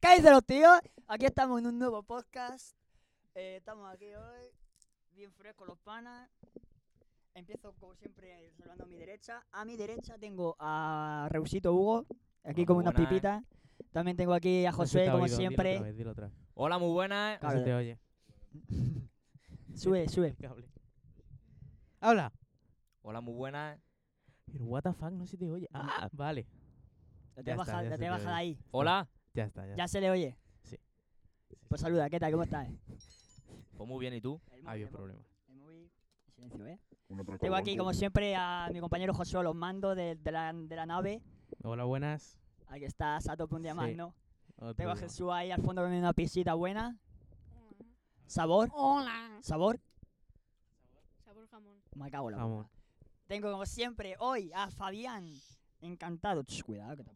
¿Qué dicen los tíos? Aquí estamos en un nuevo podcast. Eh, estamos aquí hoy, bien frescos los panas. Empiezo como siempre saludando a mi derecha. A mi derecha tengo a Reusito Hugo, aquí Hola, como muy unas buenas. pipitas. También tengo aquí a No José, se te ha como oído, dilo otra siempre. vez, dilo otra vez. Hola, muy eh. buenas. No se Claro. te oye. Sube, sube. El cable. Habla. Hola, muy eh. buenas. Pero what the fuck, no se te oye. Ah, vale. La Ya te está, baja, ya la se te te baja de oye. ahí. Hola. Ya está, ya. Ya se le oye. está. Pues saluda, ¿qué tal? ¿Cómo estás? Pues muy bien, ¿y tú? El móvil, Había el móvil, problemas. el móvil. Silencio, ¿eh? Tengo aquí, como siempre, a mi compañero José a los mandos de, de la, de la nave. Hola, buenas. Aquí está Sato por un día más, Sí. ¿no? Otro Tengo a día. Jesús ahí al fondo comiendo una pisita buena. ¿Sabor? Oh. Hola. ¿Sabor? Sabor jamón. Me cago en la Jamón. puta. Tengo como siempre hoy a Fabián. Encantado. Ch, cuidado que te-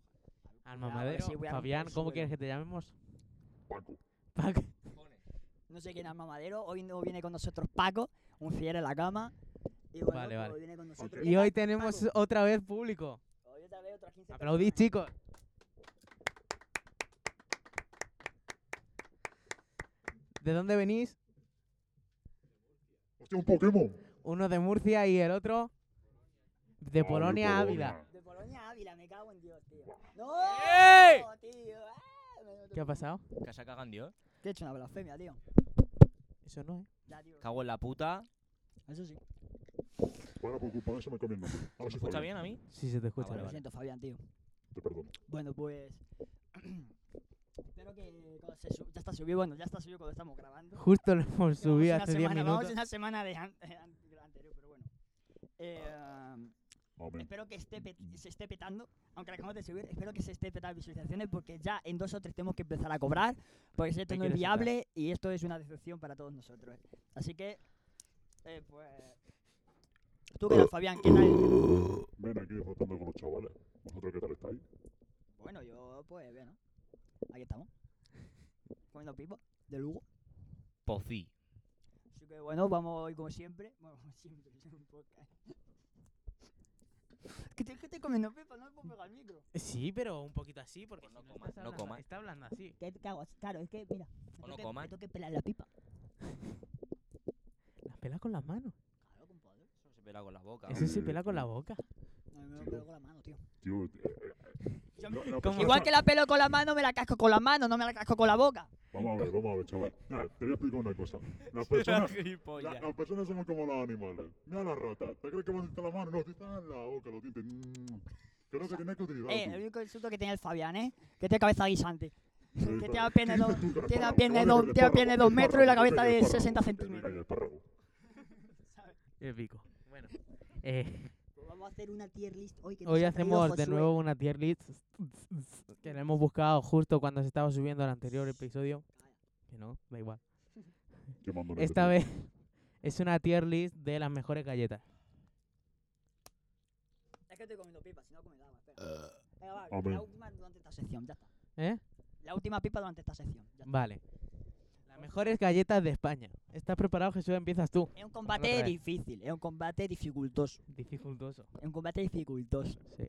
Alma Ah, madre. sí, voy a romper Fabián, el ¿cómo suelo. quieres que te llamemos? Paco. No sé quién es mamadero. Hoy no viene con nosotros Paco, un fiel en la cama. Y bueno, Vale, pues vale. hoy viene con nosotros. Y hoy tenemos otra vez público. Hoy otra vez otras 15 Aplaudid, personas. chicos. ¿De dónde venís? Hostia, un Pokémon. Uno de Murcia y el otro de Polonia, Ávila. De Polonia a Ávila, me cago en Dios, tío. ¡No! ¡Ey! tío! ah, me- ¿Qué ha pasado? Que se cagan Dios. Te he hecho una blasfemia, tío. Eso no, ¿eh? Ya, tío. Cago en la puta. Eso sí. Bueno, por culpa de eso me cambié el nombre. Ahora ¿Se Pues me sí escucha está bien a mí? Sí, se te escucha. vale, Lo vale. siento, Fabián, tío. Te perdono. Bueno, pues. Espero que cuando se sub- ya está subido, bueno, ya está subido cuando estamos grabando. Justo lo hemos Llevamos subido una hace 10 semana- Vamos minutos. una semana de an- de anterior, pero bueno. Eh, Amén. espero que esté pet- se esté petando, aunque la acabamos de subir, espero que se esté petando visualizaciones porque ya en dos o tres tenemos que empezar a cobrar, porque si esto Me no es quiero sentar. viable y esto es una decepción para todos nosotros. ¿eh? Así que, eh, pues... ¿Tú qué tal, Fabián? ¿Qué tal? Uh. Ven aquí rotando con los chavales. ¿Vosotros qué tal estáis? Bueno, yo pues bien, ¿no? Aquí estamos. Comiendo pipo de Lugo. Pues sí. Así que bueno, vamos hoy como siempre. Bueno, como siempre, es un podcast. Es que te- que estoy comiendo pipa, no me puedo pegar el micro. Sí, pero un poquito así, porque Pues si no no comas, estás no hablando- comas. Está hablando así. ¿Qué cago? Claro, es que mira. O Pues no comas. Tengo que pelar la pipa. Las pelas con las manos. Claro, compadre. Eso se pela con la boca. Eso se pela con la boca. No, me lo pelo con la mano, tío. Tío, eh, eh, Yo no- me- no, ¿Cómo? pues, Igual que la pelo con la mano, me la casco con la mano, no me la casco con la boca. Vamos a ver, vamos a ver, chaval. Mira, te voy a explicar una cosa. Las personas, la- las personas somos como los animales. Mira las ratas. ¿Te crees que van a la mano? No, te están en la boca, los dientes. Mm. Que no se tenés que utilizar. Eh, tío. el único insulto que tenía el Fabián, ¿eh? Que tiene cabeza guisante. que Sí, pero- tiene la pierna de dos- Tú, cara, tiene la espárrago, pierna de no, dos- el tiene la pierna de dos espárrago, metros y la espárrago, cabeza de el espárrago, 60 el centímetros. espárrago. Épico. Bueno. Eh, Vamos a hacer una tier list hoy que hoy hacemos de nuevo una tier list que la hemos buscado justo cuando se estaba subiendo el anterior episodio. Que no, da igual. Qué mandón este Esta tío. vez es una tier list de las mejores galletas. Es que estoy comiendo pipa, si no comiendo agua. Espera. Venga, va, Hombre. la última durante esta sección, ya está. ¿Eh? La última pipa durante esta sección. ya está. Vale. Las mejores galletas de España. ¿Estás preparado, Jesús? Empiezas tú. Es un otra combate vez. difícil, es un combate dificultoso. Dificultoso. Es un combate dificultoso. Sí.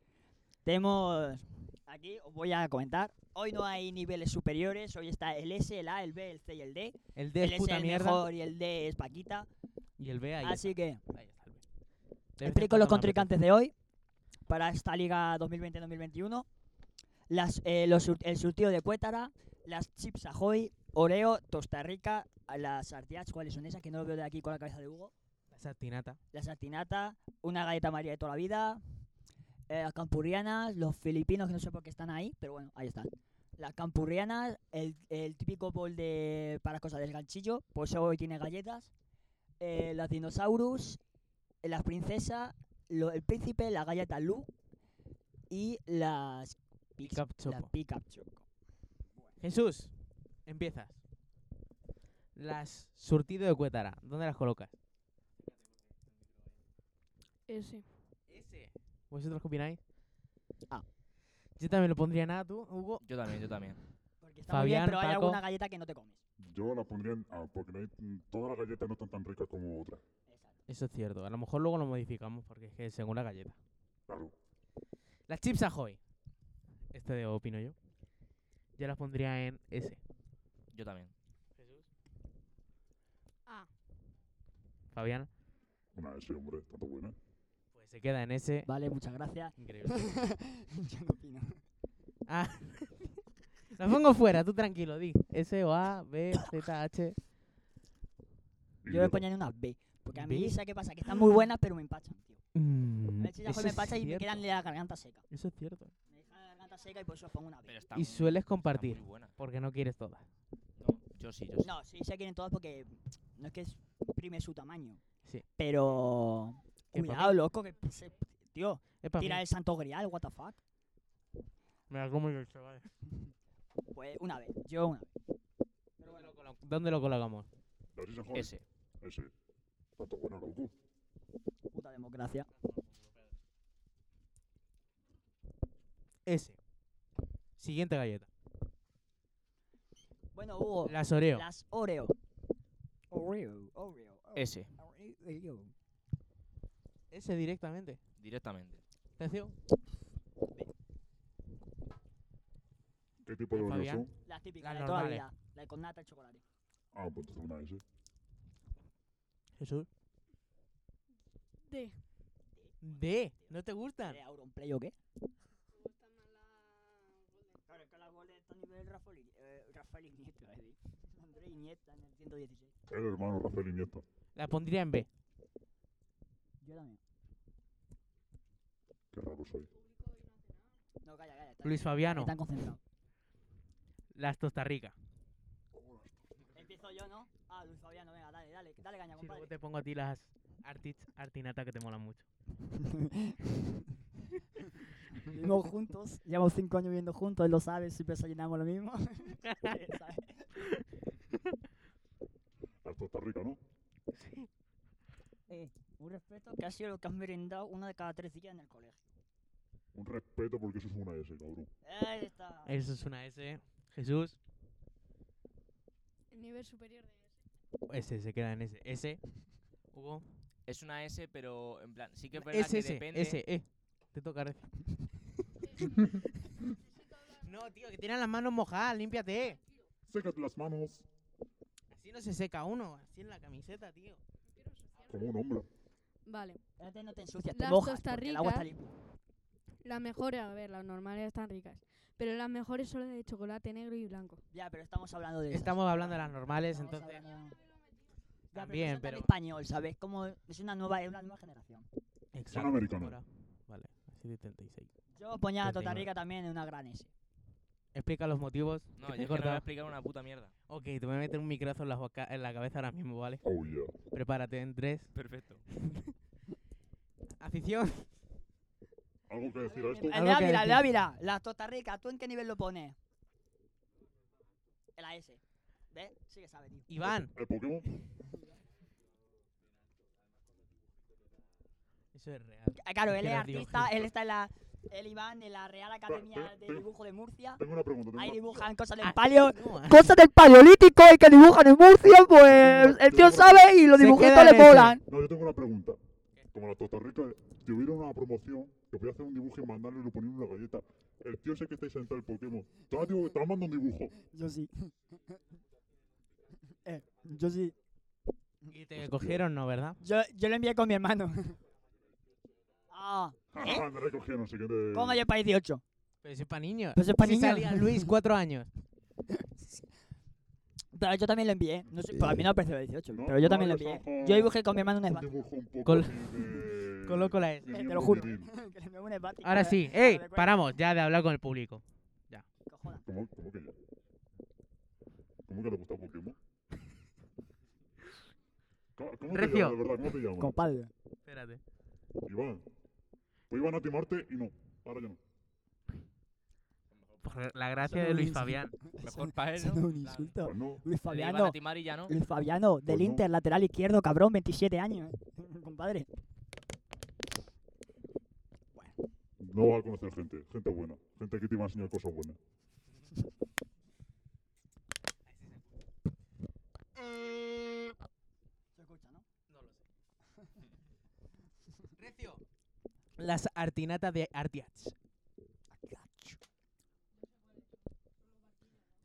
Tenemos. Aquí os voy a comentar. Hoy no hay niveles superiores. Hoy está el S, el A, el B, el C y el D. El D El es S es puta el mierda. mejor y el D es Paquita. Y el B ahí. Así que está, ahí está el B. De vez en explico los cuando me apetece. contrincantes de hoy para esta liga 2020-2021. Las, eh, los sur- el surtido de Cuétara, las chips Ahoy, Oreo, Tosta Rica, a las Artiach, ¿cuáles son esas? Que no lo veo de aquí con la cabeza de Hugo. La sartinata. La Sartinata, una galleta María de toda la vida, eh, las campurrianas, los filipinos que no sé por qué están ahí, pero bueno, ahí están. Las campurrianas, el, el típico bol de para cosas del ganchillo, pues hoy tiene galletas. eh, las dinosaurus, eh, las princesas, lo- el príncipe, la galleta Lu y las Pix- Pick up las choco. Pick Up Choco. Jesús, empiezas. Las surtido de Cuétara. ¿Dónde las colocas? Ese. ¿Vosotros qué opináis? Ah. Yo también le pondría nada, tú, Hugo. Yo también, yo también. Porque está muy bien, Fabián, pero hay Paco. alguna galleta que no te comes. Yo la pondría en A, porque no hay- mm, todas las galletas no están tan ricas como otras. Exacto. Eso es cierto. A lo mejor luego lo modificamos porque es que según la galleta. Claro. Las chips Ahoy. Este de opino yo. Yo las pondría en S. Yo también. A. Fabiana. Una S, hombre, tanto buena. Pues se queda en S. Vale, muchas gracias. Increíble. Yo no opino. Ah. las pongo fuera, tú tranquilo, di. S o A, B, Z, H. Y Yo le ponía en una B. Porque a mí, B. Ah. ¿sabes qué pasa? Que están muy buenas, pero me empachan, tío. Mm, A veces ya eso me es empachan y me cierto, quedan la garganta seca. Eso es cierto. Me dejan la garganta seca y por eso os pongo una B. Pero está Y muy- sueles está muy compartir. buena. Porque no quieres todas. No, yo sí, yo sí. No, sí se quieren todas porque no es que es- prime su tamaño. Sí. Pero. Que pa' Cuidado, mí- loco, que. se- tío, Es para tira el santo grial, what the fuck. Me la como yo, chaval. Pues una vez, yo una vez. ¿Dónde lo colocamos? La S, joder, Ese. S. Tanto buena, loco. Puta democracia. S. Siguiente galleta. Bueno, Hugo, Las Oreo. las Oreo. Eh, Oreo, Oreo, Oreo. Ese. Oreo. S directamente. Directamente. Tercio. ¿Qué tipo de ¿Eh, Oreo Fabián? son? Las típicas, Las de toda la normales. vida. La de con nata y chocolate. Ah, pues entonces una S. Jesús. D. D. ¿No te gustan? ¿De Auronplay o qué? Me gusta más la Claro, es que las goles están nivel Rafael, y- eh, Rafael Iniesta, es decir, André Iniesta en el 116. El hermano Rafael Iniesta. La pondría en B. Yo también. Qué raro soy. No, calla, calla. Están, Luis Fabiano. están concentrados. Las Tostarrica. Empiezo yo, ¿no? Ah, Luis Fabiano, venga, dale, dale, dale caña, Si luego compadre. te pongo a ti las artist, artinata que te molan mucho. Vivimos juntos, llevamos cinco años viviendo juntos, él lo sabe, siempre desayunamos lo mismo. ¿Sabes? Esto está rica, ¿no? Eh, un respeto que ha sido lo que has merendado una de cada tres días en el colegio. Un respeto porque eso es una S, cabrón. Ahí está. Eso es una S. Jesús. El nivel superior de S. S se queda en S. S. Hugo. Es una S, pero en plan, sí que es verdad S, que S, depende. S, E. Te toca Refi. No, tío, que tienen las manos mojadas, límpiate. eh. Sécate las manos Así no se seca uno, así en la camiseta, tío. como un hombre. Vale. Espérate, no te ensucias, te Las mojas, porque el agua está tostarricas. limpia. Las mejores, a ver, las normales están ricas. Pero las mejores son las de chocolate negro y blanco. Ya, pero estamos hablando de esas. Estamos hablando de las normales, Estamos entonces. hablando- Ya, pero También, son tan pero. español, ¿sabes? Como es una nueva, es una nueva generación. Exacto. americanas. ahora. Vale, así de 36. Yo ponía a Tota 39. Rica también en una gran S. Explica los motivos. No, yo que es te he que no voy a cortado. explicar una puta mierda. Ok, te voy a meter un micrazo en la, boca- en la cabeza ahora mismo, ¿vale? Oh, yeah. Prepárate en 3. Perfecto. Afición. ¿Algo que decir a esto? El Algo de que Ávila, el de decir. Ávila. Las Tota Rica, ¿tú en qué nivel lo pones? En la S. ¿Ves? Sí que sabe, tío. Iván. ¿El Pokémon? Eso es real. Ah, Claro, él es Creativo. artista, él está en la... Él, Iván, de la Real Academia de pero- Dibujo de Murcia. Tengo una pregunta. Tengo Ahí una... dibujan cosas del Ah, palio, no, ah. cosas del paleolítico y que dibujan en Murcia, pues el tío sabe y los Se dibujitos queda le en ese. molan. No, yo tengo una pregunta. Como la Costa Rica, si hubiera una promoción, que voy a hacer un dibujo y mandarle y lo ponía en una galleta. El tío ese que estáis sentado, el Pokémon. Te vas a mandar un dibujo. Yo sí. Eh, yo sí. Y te cogieron, ¿no, verdad? Yo, yo lo envié con mi hermano. Ah, ¿Eh? Ah, me recogieron, sé que te... ¿cómo yo para 18? Pero eso es para niños. Pues es para Si niños. salía Luis, cuatro años. Pero yo también lo envié. No sé, para mí no apareció 18, No, pero yo no, también lo yo envié. tampoco. Yo dibujé con mi hermano un Un esvástica. dibujo un poco Col- así de... Coloco la S. de Eh, te miembro lo juro. viril. Que le envié un esvástica. Ahora sí. ¡Ey! recuerdo. Paramos ya de hablar con el público. Cojones. ¿Cómo, cómo que ya? ¿Cómo que le gusta Pokémon? ¿Cómo, cómo te Recio. llamas, de verdad? ¿Cómo te llamas? Compadre. Espérate. Iván. Pues iban a timarte y no. Ahora ya no. Por la gracia Solo de Luis Luis. Fabián. Mejor para él, Eso ¿no? no es un En plan, insulto. Pues no. Luis le iban Fabiano. a timar y ya Pues no. Luis Fabiano, del no. Inter, lateral izquierdo, cabrón, eh, 27 años. Compadre. No vas a conocer gente, gente buena, gente que te va a enseñar cosas buenas. Se escucha, ¿no? Recio. Las artinatas de Artiach.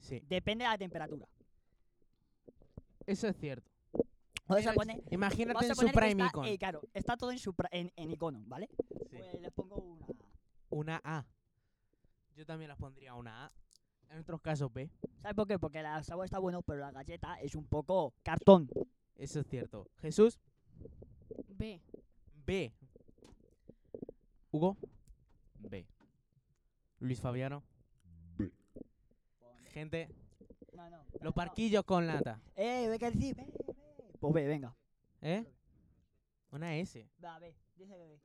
Sí, Depende de la temperatura. eso es cierto. Vamos a Pero poner, Imagínate vamos a en su poner que Prime está, Icon. eh, claro, está todo en, su pra- en, en icono, ¿vale? Sí. Pues les pongo una... Una A. Yo también las pondría una A. En otros casos B. ¿Sabes por qué? Porque el sabor está bueno, pero la galleta es un poco cartón. Eso es cierto. Jesús, B. B. Hugo, B. Luis Fabiano. B. Gente, No, no. los no. parquillos con lata. Eh, ve que decir, ve, ve. Pues ve, venga. ¿Eh? Una S. Va, ve, dice que ve.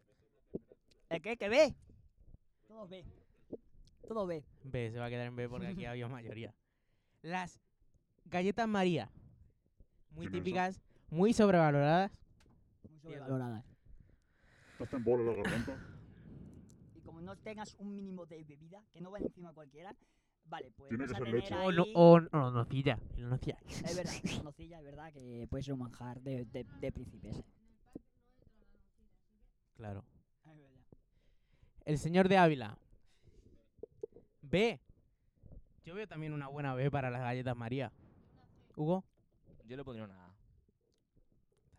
¿El qué? ¿Que ve? Todo ve. Todo ve. B, se va a quedar en B porque aquí había mayoría. Las galletas María. Muy ¿Qué no son? típicas, muy sobrevaloradas. Muy sobrevaloradas. Estás en bola en la garganta. Y como no tengas un mínimo de bebida, que no vaya encima cualquiera, vale, pues Tiene vas que a ser tener leche. ahí... O Oh, no, o no, nocilla. nocilla. Es verdad, la nocilla es verdad que puede ser un manjar de, de, de eh. príncipes. Claro. Es verdad. El señor de Ávila. B. Yo veo también una buena B para las galletas María. Hugo. Yo le pondría una A.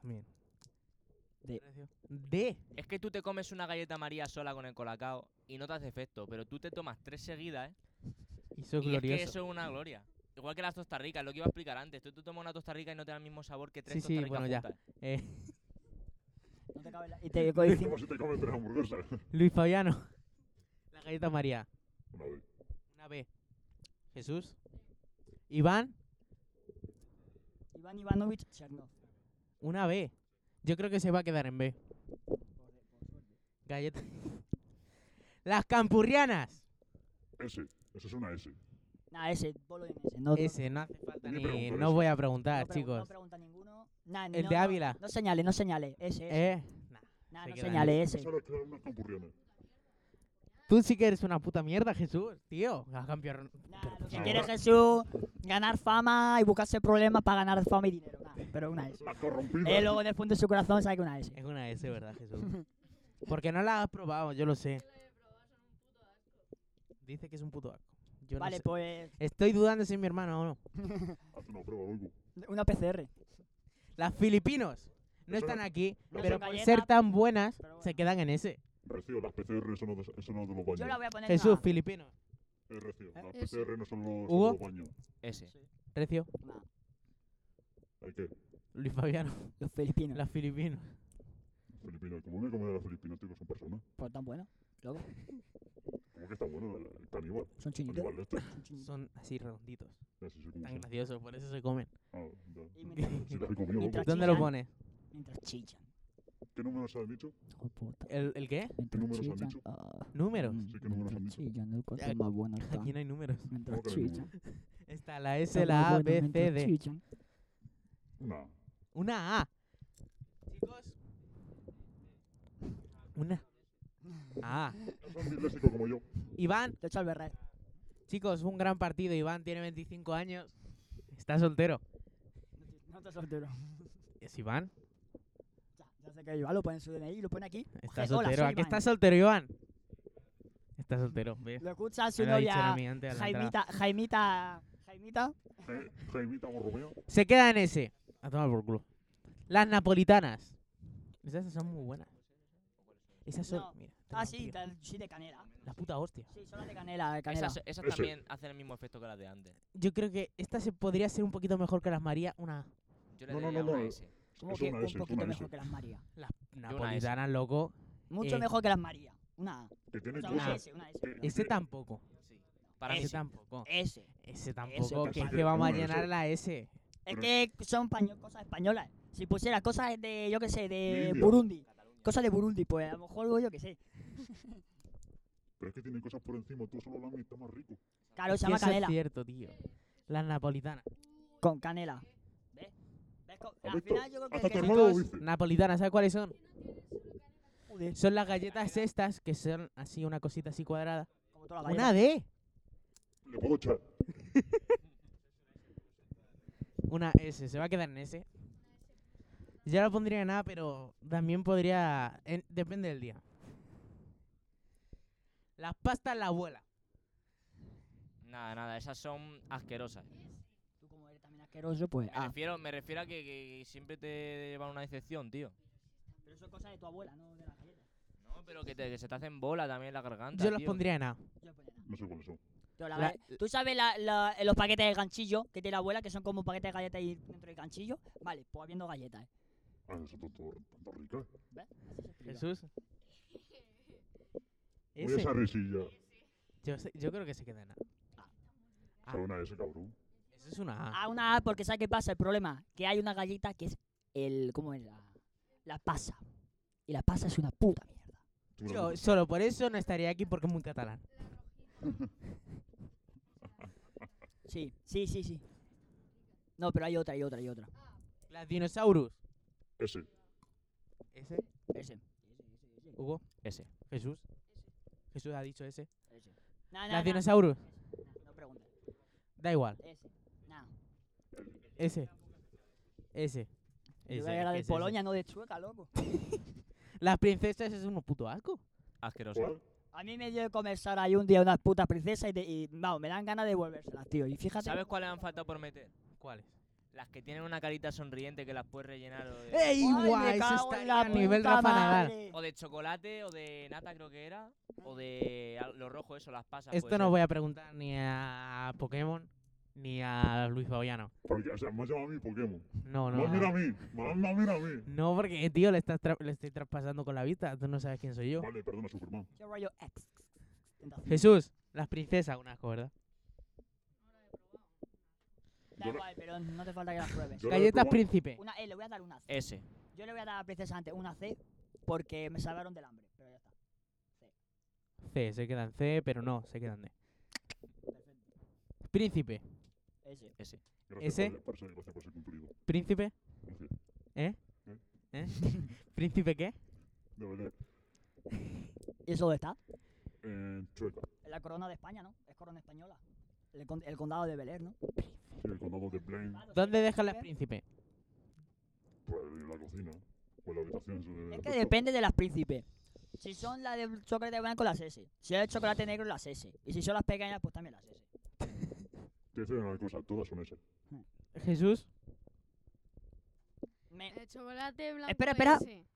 También. D. D. Es que tú te comes una galleta María sola con el colacao y no te hace efecto, pero tú te tomas tres seguidas, ¿eh? Y eso es y es glorioso. que eso es una gloria. Igual que las tostarricas, lo que iba a explicar antes. Tú te tomas una tostarrica y no te da el mismo sabor que tres Sí, sí, tostarricas bueno, ya. juntas. Eh, No te cabe la... Y te coge Es como si te comes tres hamburguesas. Luis Fabiano. Las galletas María. Una vez. Una B. Jesús. Iván. Iván Ivanovich Chernov. Una B. Yo creo que se va a quedar en B. Galletas. Las campurrianas. S. Eso es una S. Nada, ese, bolo en ese. No, Ese, no hace falta Ni ni. pregunto No eso. voy a no, preguntar, pregun- no chicos. pregunta ninguno. Nah, El no, de no, Ávila. No, señale, no señale. Ese, ese. Eh. nah. Nah, se no queda señale ese. Empezar a crear unas campurrianas. Tú sí que eres una puta mierda, Jesús, tío. Las campeón. Nah, pero- lo que por quiere favor. Jesús, ganar fama y buscarse problemas para ganar fama y dinero. nah, pero una S. Las corrompidas. Él luego en el fondo de su corazón sabe que una S. Es una S, ¿verdad, Jesús? Porque no la has probado, yo lo sé. Dice que es un puto asco. Yo no Vale, sé. pues Estoy dudando si es mi hermano o no. Haz una prueba, Hugo. una PCR. Las filipinos no Eso no- están aquí, no pero son por galletas, ser tan buenas, pero bueno. se quedan en S. Recio, las PCR son los de, eso no es de los Yo la baños. voy a poner Jesús, una- filipinos. Eh, recio, las S. PCR no son los, Hugo. son los baños. Ese. Recio, una- ¿Hay qué? Luis Fabiano, Los filipinos. las filipinas. Filipinos. ¿Cómo voy a comer a los filipinos, tío, que son personas? Pues tan buenos. Luego, ¿Cómo que está bueno? El caníbal. son chinitos. Caníbal de este. son chinitos. Son así redonditos, Ya, sí, sí, como tan son. graciosos, por eso se comen. Ah, ya. Y mientras, Sí, las he comido, Mientras- Hugo. ¿Dónde lo chillan. pones? mientras chillan. ¿Qué números has dicho? Hijo puta. ¿El, el qué? Mientras Eh, números han chillan. dicho? ah, Números. mm, Sí, ¿qué números han mientras dicho? chillan, el corazón Aquí- más bueno está. Aquí no hay números. Mientras ¿Cómo que no hay chillan. Está la está S, más la A, bueno B, mientras C, D. chillan. Una. Una A. A. Chicos. Una A. Ya Son disléxicos como yo. Iván, Te echo al berrer. chicos, un gran partido. Iván tiene 25 años. Está soltero. No te- No te soltero. ¿Es Iván? Ya, ya sé que Iván lo pone en su DNI, lo pone aquí. Está Oje, hola, soltero. soy Aquí Iván. está soltero, Iván. Está soltero. ¿ves? Lo escucha su Me lo ha dicho novia. a mí antes a la entrada. Jaimita, Jaimita, Jaimita. Eh, Jaimita Borromeo. Se queda en ese. A tomar por culo. Las napolitanas. Esas son muy buenas. Esas son. No. Mira, te Ah, lo sí, tiro. de, sí, de canela. La puta hostia. Sí, solo de canela, de canela. Esas, eh, esas Ese. también hacen el mismo efecto que las de antes. Yo creo que esta se podría ser un poquito mejor que las María. Una A. Yo le No, no, daría no, una no. S. Como Es que una un S, es poquito una mejor S. que las María. Las una S. napolitanas, loco. Mucho Eh. mejor que las María. Una A. Que O tiene sea, una Eh. cosas. S, una S. que- Ese que- tampoco. Sí. Para mí ese sí. tampoco. S. Ese tampoco. ese que es tampoco. que vamos a Bueno, llenar eso. la S. Es Pero- que son paño- cosas españolas. Si pusiera cosas de, yo qué sé, de India. Burundi. Cosas de Burundi, pues a lo mejor yo qué sé. Pero es que tiene cosas por encima. Tú solo la mitad más rico. Claro, Es se que llama eso canela. es cierto, tío. Las napolitanas. Con canela. ¿Ves? ¿Ves co- ¿Has Al visto? final yo creo que Hasta el que tu se- hermano lo Chicos, dice. napolitanas, ¿sabes cuáles son? Joder, Son las galletas estas, que son así una cosita así cuadrada. como toda la Una galleta. D. Le puedo echar. Una S, se va a quedar en S. Yo la pondría en A, pero también podría. en- depende del día. Las pastas la abuela. Nada, nada, esas son asquerosas. Tú como eres también asqueroso, pues... Me, Ah, refiero, me refiero a que, que siempre te llevan una decepción, tío. pero eso es cosa de tu abuela, no de la galleta. No, pero que, te- que se te hacen bola también en la garganta. Yo las tío. pondría en Yo A. pues, ponía nada. No sé cuáles son. Yo la La- galle- ¿Tú sabes la- la- los paquetes de ganchillo que tiene la abuela, que son como paquetes de galletas ahí dentro de ganchillo? Vale, pues habiendo galletas. ¿eh? Ah, son tanto, tanto ricas. ¿Ves? Así se explica. Jesús. Voy a S. esa risilla. Yo, sé- yo creo que se queda en A. Ah. Pero una S, cabrón. Eso es una A. A una A, porque ¿sabes qué pasa? El problema, que hay una galleta que es el... ¿Cómo es? La, la pasa. Y la pasa es una puta mierda. Tú la Yo metes. solo por eso no estaría aquí porque es muy catalán. Sí, sí, sí, sí. No, pero hay otra, hay otra, hay otra. Las dinosaurus. S. S. Ese. Hugo. Ese. Jesús. Jesús ha dicho S. Ese. Nah, nah, Las nah. dinosaurus. Nah, No preguntes. Da igual. Ese. Nah. S. S. Yo S, creo que era de S, S. Polonia, no de Chueca, loco. Las princesas es un puto asco. Asquerosa. ¿Cuál? A mí me dio de comenzar ahí un día unas putas princesas y, de- y, vamos, me dan ganas de volvérselas, tío. Y fíjate. ¿Sabes cuáles han faltado por meter? ¿Cuáles? Las que tienen una carita sonriente que las puedes rellenar o de, Ay, ¡Ey, me guay! Eso cago en está la a nivel puta Rafa Nadal. madre. o de chocolate o de nata creo que era o de al- lo rojo eso, las pasas. Esto puede no ser. voy a preguntar ni a Pokémon ni a Luis Fabiano. Porque, o sea, me has llamado a mí Pokémon. No, no. Más mira a No, mí. Más mira a mí. No, porque, tío, le, estás tra- le estoy traspasando con la vista. Tú no sabes quién soy yo. Vale, perdona, Superman. Yo rollo ex. Tentación. Jesús, las princesas, un asco, ¿verdad? Da igual, pero no te falta que las pruebes. Yo la he Galletas probado. príncipe. Una E, le voy a dar una C. Ese. Yo le voy a dar a la princesa antes una C porque me salvaron del hambre. Pero ya está. C, se quedan C, pero no, se quedan D. Perfecto. Príncipe. Ese. Ese. Gracias S. por- por ser- Gracias por ser cumplido. ¿Príncipe? Gracias. ¿Eh? ¿Eh? ¿Eh? ¿Príncipe qué? De verdad. ¿Y eso dónde está? Eh, Chueca. En la corona de España, ¿no? Es corona española. El, con- el condado de Bel Air, ¿no? Sí, el condado de Blaine. ¿Dónde dejan las ¿Eh? príncipe? Pues en la cocina. O en la habitación. eso de- Es que depende de las príncipes. Si son las de chocolate blanco, las S. Si es el chocolate negro, las S. Y si son las pequeñas, pues también las S. Te dicen una cosa, todas son esas. Jesús. Me, El chocolate blanco. Espera, espera. ese.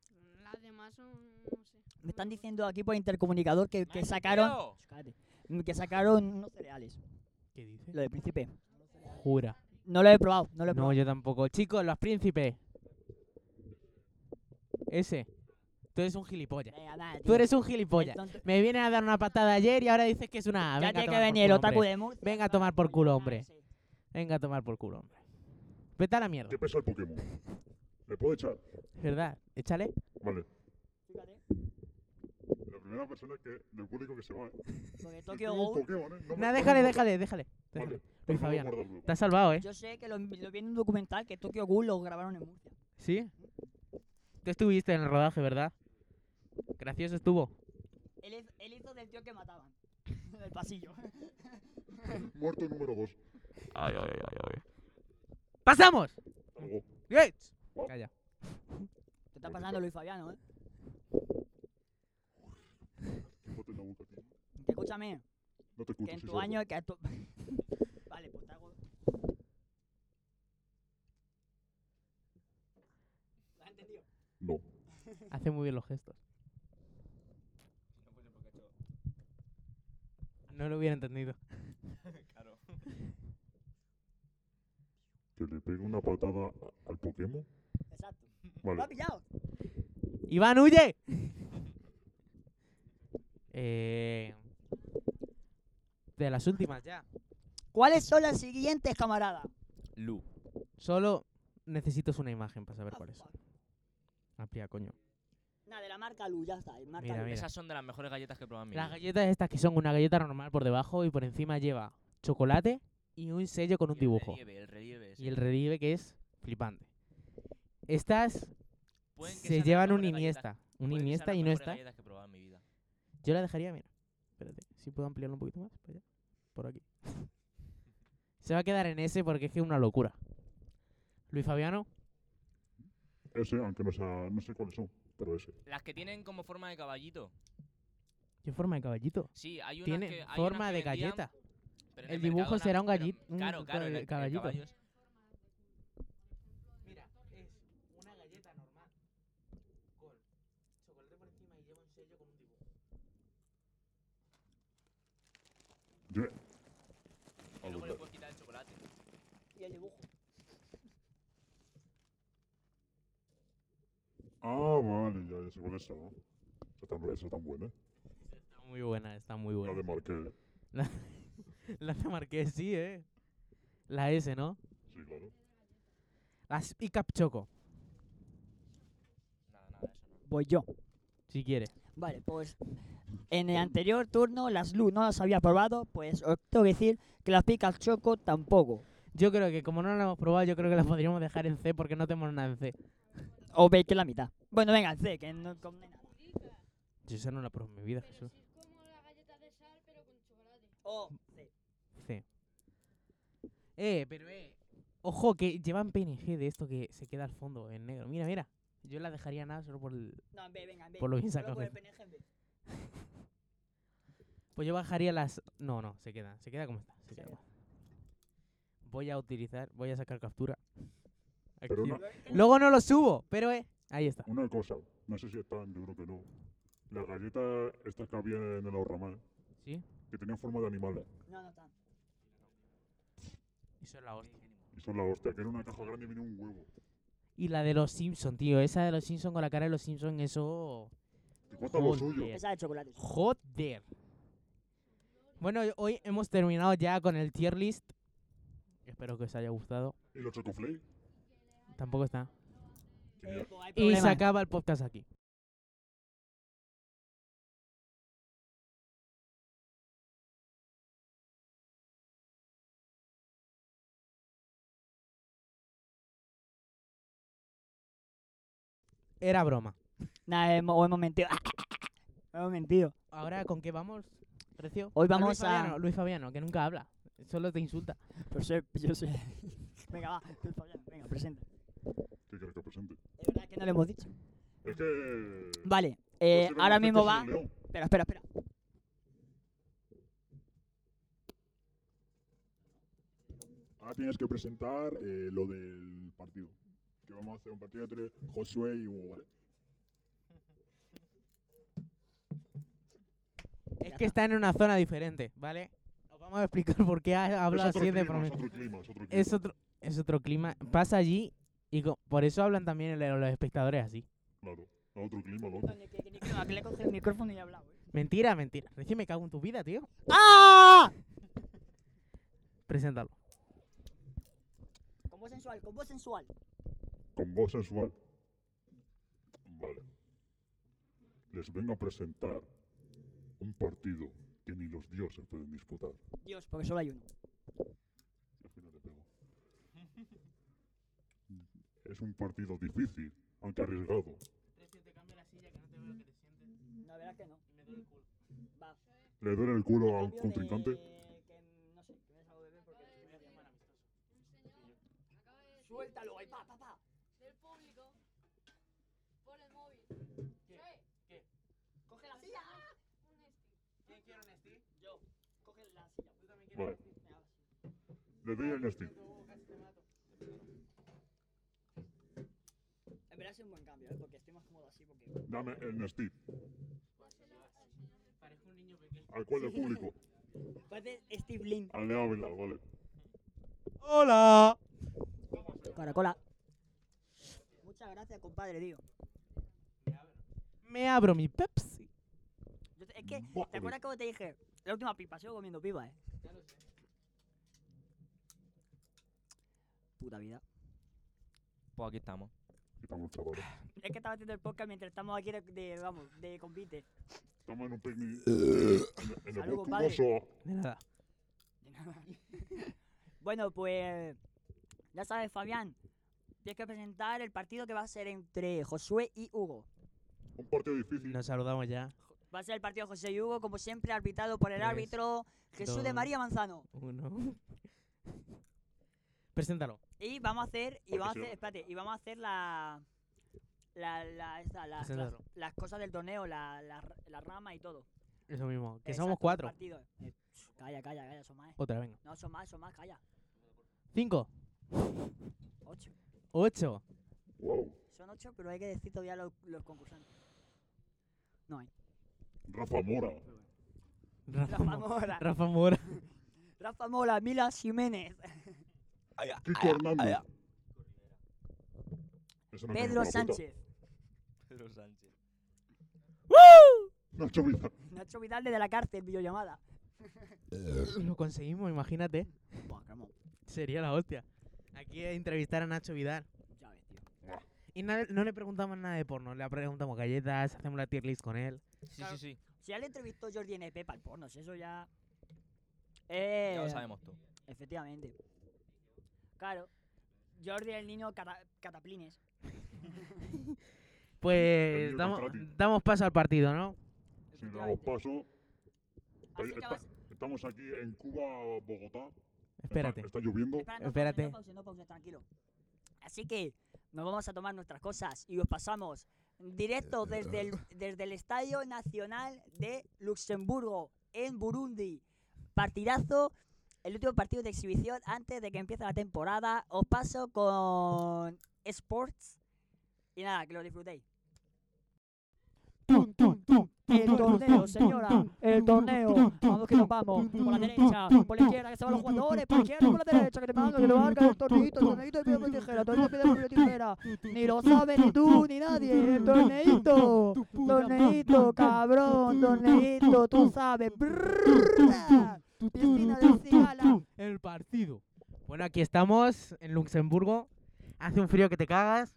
Las demás son. No sé. me están diciendo aquí por intercomunicador que, que Madre, sacaron. tío. Cállate. Mm, Que sacaron unos cereales. ¿Qué dice? Lo de príncipe. Jura. No lo he probado, no lo he No, probado. yo tampoco. Chicos, los príncipes. Ese. Tú eres un gilipollas. Venga, nada, Tú tío. eres un El gilipollas. tonto- Me vienes a dar una patada ayer y ahora dices que es una A. Ya Venga a tiene que tomar por venir el culo, otaku hombre. de Murcia. Venga a tomar por culo, hombre. Sí. Venga a tomar por culo, hombre. Vete a la mierda. ¿Qué pesa el Pokémon? ¿Le puedo echar? ¿Verdad? Échale. Vale. Fíjate, La primera persona que, del público que se va. ¿eh? porque Es Tokyo como un Ghoul, Pokémon, ¿eh? No me- Nah, no me déjale, importa. déjale, déjale. déjale. Vale, Luis pero no me Fabiano. guardo el grupo. Te has salvado, ¿eh? yo sé que lo, lo vi en un documental que Tokyo Ghoul lo grabaron en Murcia. ¿Sí? Tú estuviste en el rodaje, ¿verdad? Gracioso estuvo. Él, hiz- él hizo del tío que mataban, del pasillo. Muerto número 2. ¡Pasamos! ¡Gates! Oh. Calla. Te está pasando Luis Fabiano, ¿eh? Que escúchame, No te escucho. que en sí, tu sordo. año... Que a tu- vale, pues te hago... ¿Lo has entendido? No. Hace muy bien los gestos. No lo hubiera entendido. Que le pegue una patada a- al Pokémon. Exacto. ¿Lo has Vale. pillado? ¡Iván, huye! eh, de las últimas ya. ¿Cuáles son las siguientes, camarada? Lu. Solo necesitas una imagen para saber cuál es. Ah, fuck. Ah, Amplía, coño. Nada, de la marca Lu, ya está. Marca Mira, Lu. mira. Esas son de las mejores galletas que he probado en mi Las vida. galletas estas que son una galleta normal por debajo y por encima lleva chocolate y un sello con un Y dibujo. El relieve, el relieve ese. Y el relieve que es flipante. Estas Pueden que se sean las llevan un mejores galletas. Iniesta. Puede Un que Iniesta sean las y no mejores está. galletas que he probado en mi vida. Yo la dejaría, mira. Espérate, si puedo ampliarlo un poquito más. para allá, Por aquí. Se va a quedar en ese porque es que es una locura. Luis Fabiano, Ese, aunque no, sea, no sé cuáles son, pero ese. Las que tienen como forma de caballito. ¿qué forma de caballito? Sí, hay unas Tiene que hay forma unas que de vendían, galleta. pero en El dibujo Mercadona, será un pero- gallit- un Claro, claro, en cab- el- en el caballito. caballo es- Mira, es una galleta normal. Con chocolate por encima y lleva un sello con un dibujo. Yo, y luego le puedes quitar el chocolate. Y el dibujo. ah, vale, ya, ya sé cuáles son. Esa tan, esa tan buena. ¿eh? Está muy buena, está muy La de buena. Marqués. La de Marqués, sí, eh. La S, ¿no? Sí, claro. Las Icap Choco, Nada, nada, eso no. Voy yo. si quieres. Vale, pues en el anterior turno las Lu no las había probado, pues os tengo que decir que las picas choco tampoco. Yo creo que como no la hemos probado, yo creo que la podríamos dejar en C porque no tenemos nada en C. O B que la mitad. Bueno, venga, C, que no condena. Yo esa no la probé en mi vida, Jesús. O C. C. Eh, pero eh. Ojo, que llevan PNG de esto que se queda al fondo en negro. Mira, mira. Yo la dejaría nada solo por el... No, en B, venga, en B. Por lo bien Solo sacado por que el fue. PNG en B. Pues yo bajaría las... No, no, se queda. Se queda como está. se Se queda queda. como está. Voy a utilizar... Voy a sacar captura. Aquí. Pero no- Luego no lo subo, pero eh. Ahí está. Una cosa, no sé si están, yo creo que no. Las galletas estas que había en el ahorramar, ¿Sí? que tenían forma de animales, No, no está. Eso es la hostia. y son la hostia, que era una caja grande y venía un huevo. Y la de los Simpson, tío. Esa de los Simpson con la cara de los Simpson, eso... ¿Y cuánto lo Joder. suyo? Esa de chocolate. Joder. Bueno, y hoy hemos terminado ya con el tier list. Espero que os haya gustado. ¿Y los chocoflakes? Tampoco está. Eh, pues hay Y se problema. acaba el podcast aquí. Era broma. Nah, hemos, o hemos mentido. hemos mentido. Ahora, ¿con qué vamos, Recio? Hoy Ah, vamos Luis Fabiano, a- Luis Fabiano, que nunca habla. Solo te insulta. Pero sé, yo sé. venga, va, tú, Fabián, venga, presenta. ¿Qué quieres que presente? Es verdad que no lo hemos dicho. Es que. pues, Vale, eh, no sé ahora cómo mismo va. hacer cosas en el León. Espera, espera, espera. Ahora Ah, tienes que presentar eh, lo del partido. Que vamos a hacer un partido entre Josué y Hugo, ¿vale? Es que está en una zona diferente, ¿vale? Os vamos a explicar por qué ha hablado es otro así de clima, es promedio. otro clima, es otro clima. Es otro, es otro clima. Pasa allí y co- por eso hablan también el- los espectadores así. Claro, es otro clima, ¿no? Coño, que- que ni creo, que le he cogido el micrófono y he hablado. eh. Mentira, mentira. Recién me cago en tu vida, tío. ¡Ah! Preséntalo. Con voz sensual, con voz sensual. Con voz sensual. Vale. Les vengo a presentar un partido que ni los dioses pueden disputar. Dios, porque solo hay uno. Y al final le pego. Es un partido difícil, aunque arriesgado. No, verás que no. Va. Le duele el culo a un Cambio contrincante. de- que no sé, que me salgo de ver porque me voy a llamar amistoso. Suéltalo, ahí, pa, pa, pa. Coge la silla. ¿Quién quiere un Steve? Yo. Coge la silla. Tú también Vale. un Steve. Venga, Le doy el Nesting. va. En verdad es un buen cambio, ¿eh? porque estoy más cómodo así porque... Dame el Nesting. Al cual el público. Parece Steve Lin. Al Leo Ávila, vale. ¡Hola! Caracola. Muchas gracias, compadre, tío. Me abro mi Pepsi. Yo te- es que, ¿te Madre. acuerdas cómo te dije? La última pipa, sigo comiendo pipa, eh. Puta vida. Pues aquí estamos. Estamos chavales. Es que estaba haciendo el podcast mientras estamos aquí de, de, vamos, de convite. Estamos en un picnic. en- En el Eh. Salud, bosque compadre. ruso. De nada. bueno, pues ya sabes, Fabián, tienes que presentar el partido que va a ser entre Josué y Hugo. Un partido difícil. Nos saludamos ya. Va a ser el partido José y Hugo, como siempre, arbitrado por el Tres, árbitro Jesús de dos. María Manzano. Uno. Preséntalo. Y vamos a hacer, y Porque vamos a si no- hacer, espérate, y vamos a hacer la la, la, esta, la- Preséntalo. las- las cosas del torneo, la, la, la rama y todo. Eso mismo. Que Exacto, somos los cuatro. partidos. Eh, Calla, calla, calla, son más. eh. Otra, venga. No, son más, son más, calla. Cinco. Ocho. Ocho. Wow. Son ocho, pero hay que decir todavía los, los concursantes. Rafa Mora. Rafa, Rafa Mo- Mora, Rafa Mora. Rafa Mola, Mila Jiménez, Kiko Hernández. Ese Pedro no es ningún hijo de Sánchez, Pedro Sánchez. puta. Nacho Vidal. Nacho Vidal desde la cárcel, videollamada. Lo conseguimos, imagínate. Buah, Ramón, Sería la hostia. Aquí a entrevistar a Nacho Vidal. ya ves, tío. Y na- no le preguntamos nada de porno. Le preguntamos galletas, hacemos la tier list con él. Sí, Claro. sí, sí. Si ya le entrevistó Jordi NP para el porno, si eso ya... Eh, Ya lo sabemos todo. Efectivamente. Claro. Jordi el niño cata- cataplines. Pues Emilio damos, Contrati. damos paso al partido, ¿no? Si le damos efectivamente. paso, Así Ahí que está. vas- estamos aquí en Cuba, Bogotá. Espérate. Está, está lloviendo. espera, no pauses, Espérate. no pauses, no pauses, tranquilo. Así que nos vamos a tomar nuestras cosas y os pasamos directo desde el, desde el Estadio Nacional de Luxemburgo, en Burundi. Partidazo, el último partido de exhibición antes de que empiece la temporada. Os paso con Sports. Y nada, que lo disfrutéis. El torneo, señora, el torneo. Vamos que nos vamos. Por la derecha, por la izquierda, que se van los jugadores. Por la izquierda, por la derecha, que te mando, que te marca el torneito, el torneito de piedra y tijera, el torneo de piedra y tijera. Ni lo sabes ni tú ni nadie. El torneito, torneito, cabrón, torneito, tú sabes. Brrrra. Piscina de cigala. El partido. Bueno, aquí estamos en Luxemburgo. Hace un frío que te cagas.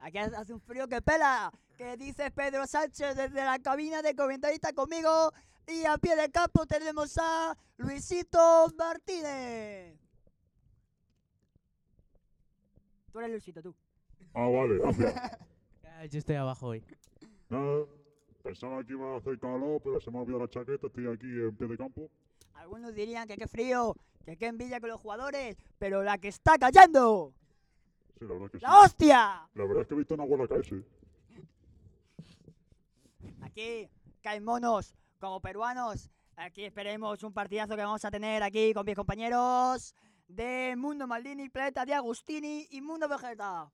Aquí hace un frío que pela. Que dice Pedro Sánchez desde la cabina de comentarista conmigo. Y a pie de campo tenemos a Luisito Martínez. Tú eres Luisito, tú. Ah, vale, gracias. Ah, Yo estoy abajo hoy. Nada, pensaba que iba a hacer calor, pero se me ha olvidado la chaqueta. Estoy aquí en pie de campo. Algunos dirían que qué frío, que qué envidia con los jugadores, pero la que está cayendo, Sí, la verdad que sí. la hostia. La verdad es que he visto una bola caerse. Aquí caen monos como peruanos. Aquí esperemos un partidazo que vamos a tener aquí con mis compañeros de Mundo Maldini, Planeta de Agustini y Mundo Vegeta.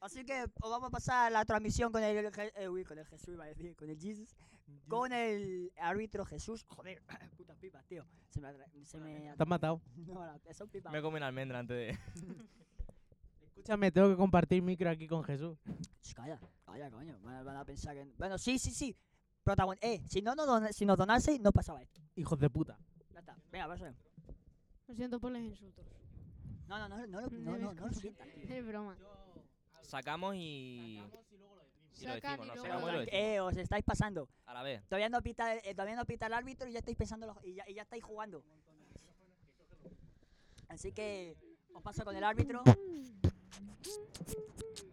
Así que os vamos a pasar la transmisión con el, Je- eh, uy, con el Jesús, iba a decir, con el Jesus, con el árbitro Jesús. Joder, putas pipas, tío. Se me. atra- Se me Te has matado. no, la- son pipas. Me comí una almendra antes de. Escúchame, tengo que compartir micro aquí con Jesús. Ch, Calla, calla, coño. Van a, van a pensar que. Bueno, sí, sí, sí. Protagon eh, si no nos, don- si nos donaseis, no pasaba esto. Hijos de puta. Ya está. Venga, pásale. Lo siento por los insultos. No, no, no, no, lo- No no, no, debes no lo sientas, tío. Es broma. Sacamos y. Y lo Sacan decimos, y no, luego sacamos y lo dan. decimos. Eh, os estáis pasando. A la vez. Todavía no pita, eh, todavía no pita el árbitro y ya estáis pensando los- y, ya, y ya estáis jugando. Así que os paso con el árbitro.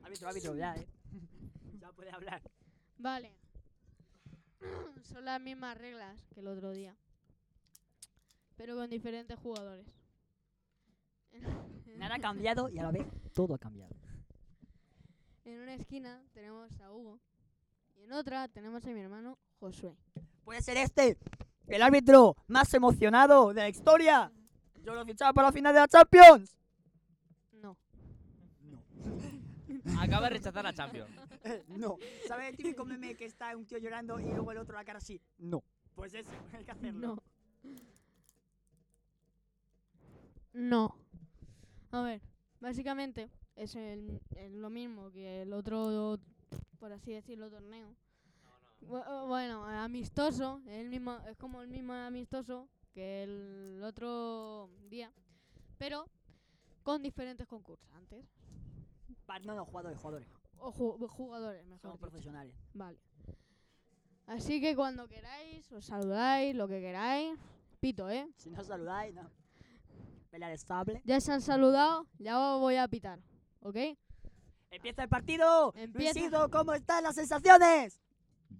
Árbitro, árbitro, ya, eh. Ya puede hablar. Vale. Son las mismas reglas que el otro día. Pero con diferentes jugadores. Nada ha cambiado y a la vez todo ha cambiado. En una esquina tenemos a Hugo. Y en otra tenemos a mi hermano Josué. Puede ser este el árbitro más emocionado de la historia. Yo lo fichaba para la final de la Champions. No. Acaba de rechazar la Champions. Eh, no. ¿Sabes el típico meme que está un tío llorando y luego el otro la cara así? No. Pues eso, hay que hacerlo. No. No. A ver, básicamente es, el- es lo mismo que el otro, por así decirlo, torneo. Bu- eh, Bueno, eh, amistoso, es el mismo, es como el mismo amistoso que el otro día, pero con diferentes concursantes Pa- No, no, jugadores, jugadores. o ju- jugadores, mejor. Somos dicho. profesionales. Vale. Así que cuando queráis, os saludáis, lo que queráis. Pito, ¿eh? Si no saludáis, no. Pelea de sable. Ya se han saludado, ya os voy a pitar, ¿ok? ¡Empieza el partido! Empieza. Luisito, ¿cómo están las sensaciones?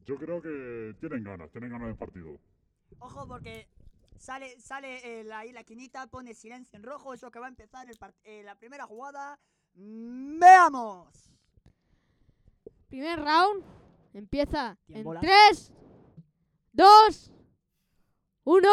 Yo creo que tienen ganas, tienen ganas del partido. Ojo, porque sale, sale eh, la- ahí la esquinita, pone silencio en rojo, eso que va a empezar el part- eh, la primera jugada. ¡Veamos! Primer round empieza ¿Quién en bola? 3, 2, 1.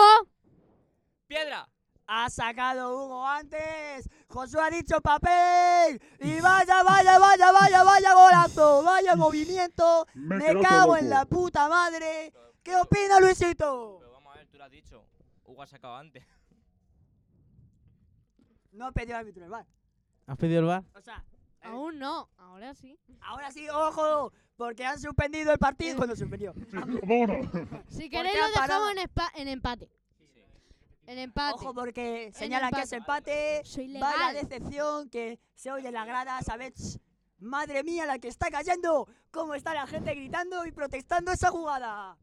¡Piedra! Ha sacado Hugo antes. Josué ha dicho papel. Y vaya, vaya, vaya, vaya, vaya golazo. Vaya movimiento. Me, Me quedo todo cago en loco. la puta madre. ¿Qué opina Luisito? Pero vamos a ver, tú lo has dicho. Hugo ha sacado antes. No ha pedido el árbitro el VAR. ¿Has pedido el bar? O sea, Eh. Aún no, ahora sí. ahora sí, ojo. Porque han suspendido el partido. Eh. Bueno, suspendió. Sí, vámonos. Si qué queréis lo ha dejamos parado? en, espa- en empate. En empate. Ojo porque señalan que es empate. Soy Vaya legal. decepción que se oye en la grada, ¿sabes? Madre mía, la que está cayendo. ¿Cómo está la gente gritando y protestando esa jugada?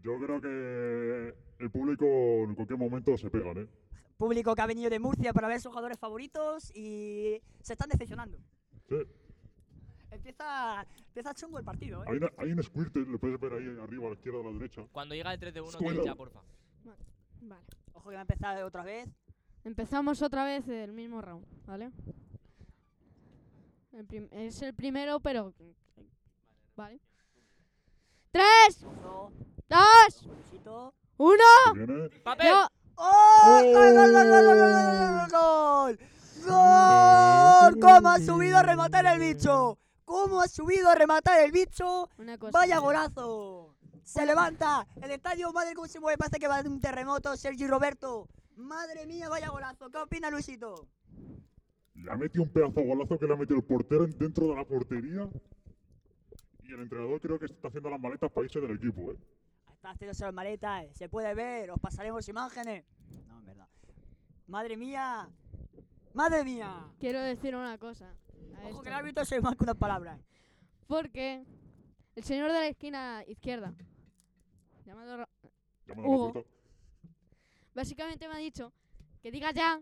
Yo creo que el público en cualquier momento se pegan, ¿eh? público que ha venido de Murcia para ver sus jugadores favoritos y se están decepcionando. Sí. Empieza, empieza chungo el partido, ¿eh? Hay, una- hay un squirter, lo puedes ver ahí arriba, a la izquierda, a la derecha. Cuando llega el 3 de 1, Escuela. tira ya, porfa. Vale. Ojo que va a empezar otra vez. Empezamos otra vez del mismo round, ¿vale? El prim- es el primero, pero. Vale. 3, Ojo, 2, ojo, Luisito. 1. ¡Ah! Que viene. ¡Papel! Yo, ¡Oh! ¡Gol, gol, gol, gol, gol, gol, gol, gol! ¡Gol! ¿Cómo ha subido a rematar el bicho? ¿Cómo ha subido a rematar el bicho? una cosa. ¡Vaya golazo! Se levanta el estadio, madre cómo se mueve, parece que va a haber un terremoto, Sergi Roberto. Madre mía, vaya golazo. ¿Qué opina Luisito? Le ha metido un pedazo de golazo que le ha metido el portero en- dentro de la portería. Y el entrenador creo que está haciendo las maletas para irse del equipo, ¿eh? Está haciéndose las maletas, se puede ver, os pasaremos imágenes. No, en verdad. Madre mía, madre mía. Quiero decir una cosa. a Ojo esto, que el árbitro se marca unas palabras. Porque el señor de la esquina izquierda, llamado Ra- Llamando Uh. a la Hugo. puerta. básicamente me ha dicho que diga ya.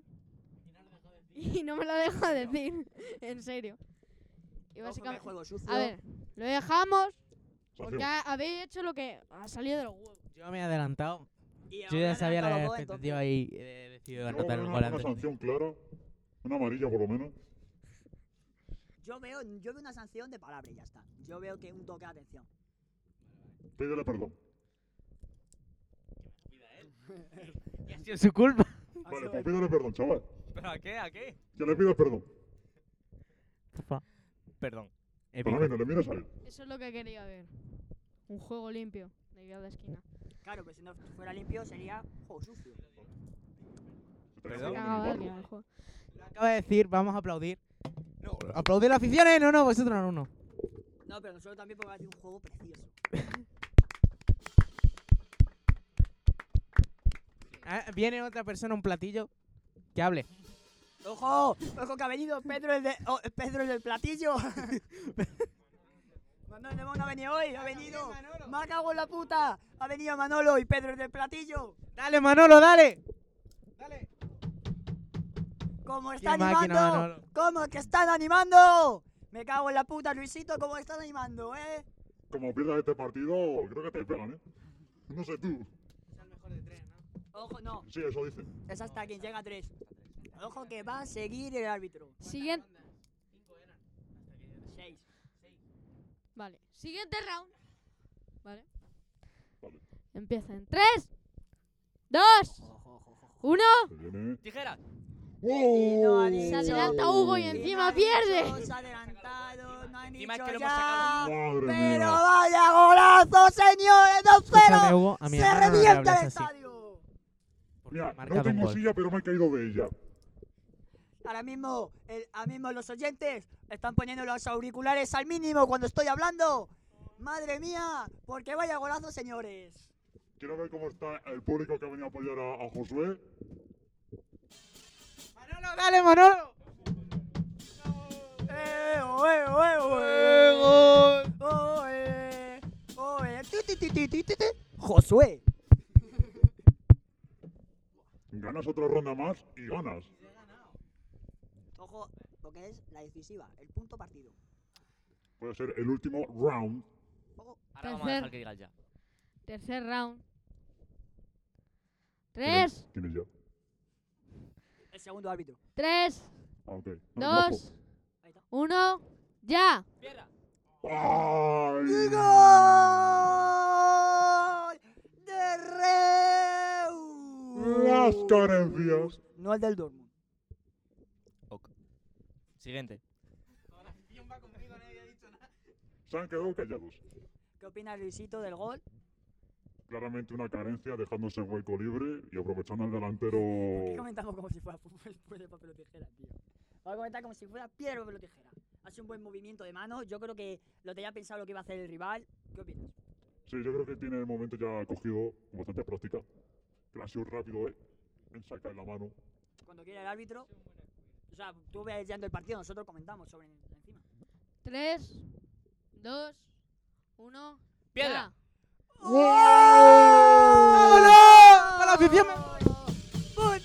Y no me lo dejo decir. en serio. Y Ojo que hay básicamente. juego sucio. A ver, lo dejamos Sanción. porque ha- habéis hecho lo que ha salido de los huevos. Yo me he adelantado. Y Yo ahora ya le sabía han la dado los dos, expectativa y he decidido Yo anotar veo un una, gol una antes. sanción clara. Una amarilla por lo menos. entonces. Yo veo, yo veo una sanción de palabras y ya está. Yo veo que un toque de atención. Pídele perdón. Y así es- Su culpa. Vale, pues pídele perdón, chaval. ¿Pero a qué? ¿A qué? Que le pidas perdón. Perdón. Pero a mí Pues no le miras a él. Eso es lo que quería ver. Un juego limpio de cada esquina. Claro, pero si no fuera limpio sería juego sucio. Se te Perdón. queda Se ha en el cagado barro. alguien en el juego. Acaba de decir, vamos a aplaudir. No, aplaudir la afición, eh. No, no, vosotros no, no. No, pero nosotros también porque va a ser un juego precioso. Ah, viene otra persona, un platillo, que hable. ¡Ojo! ¡Ojo que ha venido Pedro el, de, oh, Pedro el del platillo! Manolo Lemón no ha venido hoy, ha venido. ¡Me cago en la puta! Ha venido Manolo y Pedro el del platillo. Dale, Manolo, dale. Dale. ¿Cómo Qué están máquina, animando? Manolo. ¿Cómo que están animando? Me cago en la puta, Luisito, ¿cómo están animando, eh? Como pierdas este partido, creo que te pegan, ¿eh? No sé tú. Ojo, no, Sí, eso dicen. es hasta quien llega a tres. Ojo que va a seguir el árbitro. Siguiente. Seis. Vale. Siguiente round. Vale. Vale. Empieza en 3, 2, 1. Se viene. ¡Oh! Tijeras. Y no han Se hecho. adelanta Hugo y Y no encima han pierde. dicho, Se ha adelantado, no han Encima dicho es que lo hemos ya. Madre Pero mía. vaya golazo, señores, 2-0. Hugo, a mi Se hermano no le revienta hables el así. estadio. porque Mira, marca no dos tengo goles. silla, pero me he caído de ella. Ahora mismo, el- ahora mismo los oyentes están poniendo los auriculares al mínimo cuando estoy hablando. Madre mía, porque vaya golazo, señores. Quiero ver cómo está el público que ha venido a apoyar a, a Josué. Manolo, dale, Manolo. ¡Eh, oh, eh, oh, eh, oh, eh! ¡Oh, eh! ¡Oh, eh! ¡Ti, ti, ti, ti, ti, ti, ti! Josué. Ganas otra ronda más y ganas. Ojo, porque es la decisiva, el punto partido. Puede ser el último round. Ojo, Ahora vamos a Tercer. dejar que digas ya. Tercer round. Tres, ¿Quién es ya? el segundo árbitro. tres, Ah, ok. No, dos, uno, ya. Cierra. guapo. ¡Y ¡Ay! gol de Reus! Las carencias. No el del Dortmund. Siguiente. Se han quedado callados. ¿Qué opinas, Luisito, del gol? Claramente una carencia, dejando ese hueco libre y aprovechando al delantero. Eh, ¿Qué comentamos como si fuera fútbol, fútbol de papel o tijera, tío? Vamos a comentar como si fuera piedra, papel o tijera. Hace un buen movimiento de mano. Yo creo que lo tenía pensado lo que iba a hacer el rival. ¿Qué opinas? Sí, yo creo que tiene el momento ya cogido con bastante práctica. Que ha sido rápido, ¿eh? En sacar la mano. Cuando quiera el árbitro. O sea, tú ves ya el partido, nosotros comentamos sobre encima. Tres, dos, uno, Piedra. ¡A la afición! ¡Punto!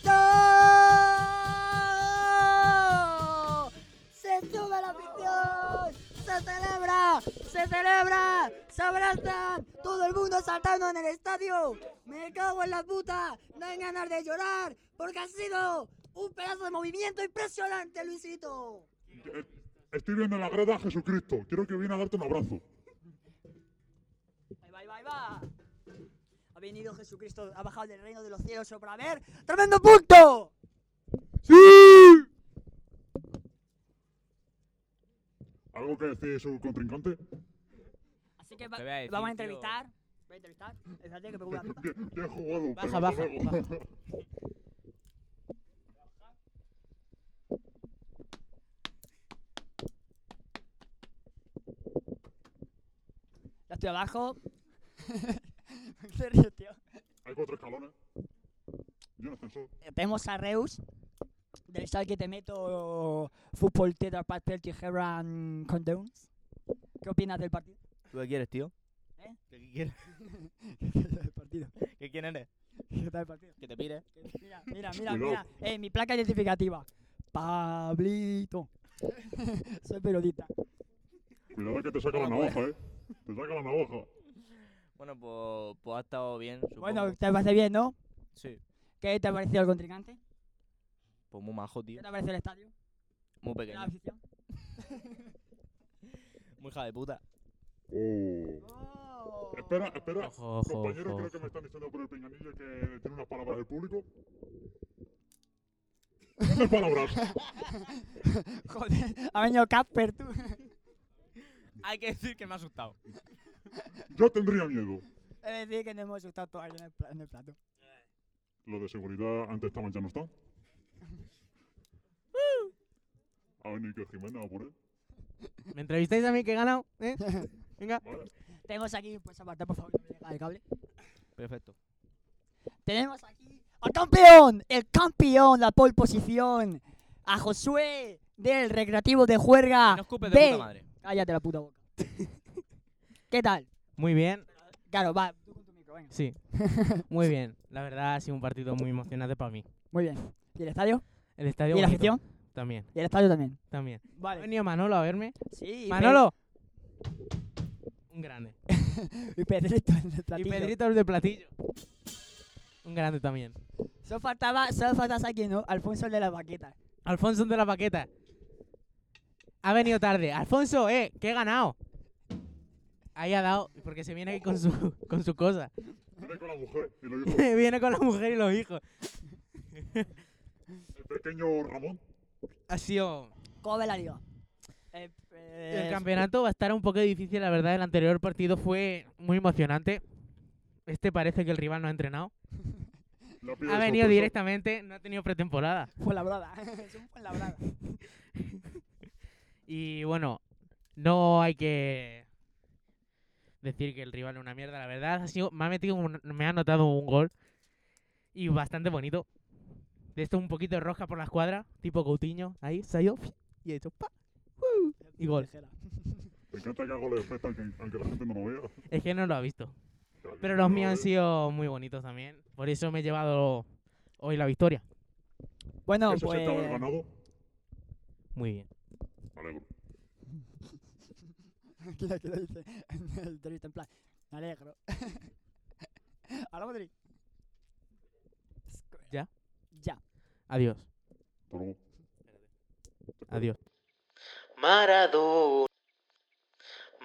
¡Se sube la afición! ¡Se celebra! ¡Se celebra! ¡Se abrazan! ¡Todo el mundo saltando en el estadio! ¡Me cago en la puta! ¡No hay ganas de llorar! ¡Porque ha sido un pedazo de movimiento impresionante, Luisito! Eh, Estoy viendo en la grada a Jesucristo. Quiero que viene a darte un abrazo. ¡Ahí va, ahí va, ahí va! Ha venido Jesucristo, ha bajado del reino de los cielos solo para ver. ¡Tremendo punto! ¿Algo que decir su contrincante? Así que va- Te voy a decir, vamos a tío. entrevistar. Voy a entrevistar. Espérate que me pongo la pipa. Bien, bien jugado. Baja, pero baja, luego- baja. Ya estoy abajo. ¿Por qué te ríes, tío? Hay cuatro escalones. Y un ascensor. Eh, Tenemos a Reus. Del sal que te meto fútbol tetra papel tijera mm, condones. ¿Qué opinas del partido? ¿Tú qué quieres, tío? ¿Eh? ¿Qué, qué quieres? ¿Qué tal el partido? ¿Qué quién eres? ¿Qué tal el partido? Que te pires. Mira, mira, mira, Cuidado. mira. Eh, mi placa identificativa. Pablito. Soy periodista. Cuidado que te saca la navaja, ¿eh? Te saca la navaja. Bueno, pues, pues ha estado bien. Supongo. Bueno, te parece bien, ¿no? sí. ¿Qué te ha parecido el contrincante? Pues muy majo, tío. ¿Qué te ha parecido el estadio? Muy ¿La pequeño. afición? Muy hija de puta. Oh. Espera, espera. Ojo, ojo, Compañero, ojo. creo que me están diciendo por el pinganillo que tiene unas palabras del público. Unas palabras. Joder, ha venido Casper, tú. Hay que decir que me ha asustado. Yo tendría miedo. Es decir, que nos hemos asustado todos ahí en el, pla- en el plato. Lo de seguridad antes estaban, ya no están. A ver, que Jimena a por él. ¿Me entrevistáis a mí que he ganado? ¿Eh? Venga. Vale. Tenemos aquí, pues apartar, por favor, no me llega el cable. Perfecto. Tenemos aquí al campeón, el campeón, la pole posición, a Josué del Recreativo de Juerga. No escupes de B. puta madre. Cállate la puta boca. ¿Qué tal? Muy bien. Claro, va, tú con tu micro, venga. Sí. Muy bien. La verdad ha sido un partido muy emocionante para mí. Muy bien. ¿Y el estadio? El estadio. ¿Y la bonito. afición? También, Y el estadio también. también. Ha Vale. venido Manolo a verme. Sí, y ¡Manolo! Un grande. Pe- Y Pedrito en el Y platillo. Pedrito el de platillo. Un grande también. Solo faltaba, solo faltaba aquí, ¿no? Alfonso el de las baquetas. Alfonso el de la paqueta. Ha venido tarde. Alfonso, eh, que he ganado. Ahí ha dado, porque se viene aquí con su, con su cosa. Viene con la mujer y lo dijo viene con la mujer y los hijos. el pequeño Ramón. Ha sido... ¿Cómo ve la liga? Eh, eh, El campeonato va a estar un poco difícil, la verdad. El anterior partido fue muy emocionante. Este parece que el rival no ha entrenado. La pide Ha de venido sorpresa. directamente, no ha tenido pretemporada. Fuenlabrada. es un Fuenlabrada. Y bueno, no hay que decir que el rival es una mierda, la verdad. Ha sido, me, ha metido un- me ha anotado un gol y bastante bonito. De esto un poquito de rosca por la escuadra, tipo Coutinho, ahí, se ha ido y ha hecho pa. ¡uh! Y gol. Me encanta que hago el efecto aunque, aunque la gente no lo vea. Es que no lo ha visto. Claro, Pero no los lo míos han ve. sido muy bonitos también. Por eso me he llevado hoy la victoria. Bueno, Eso se pues. acaba el ganado. Muy bien. Me alegro. Aquí lo que lo dice en el entrevista, en plan, me alegro. Hola, Madrid. ¿Ya? Ya. Adiós. Hasta luego. Adiós. Maradona,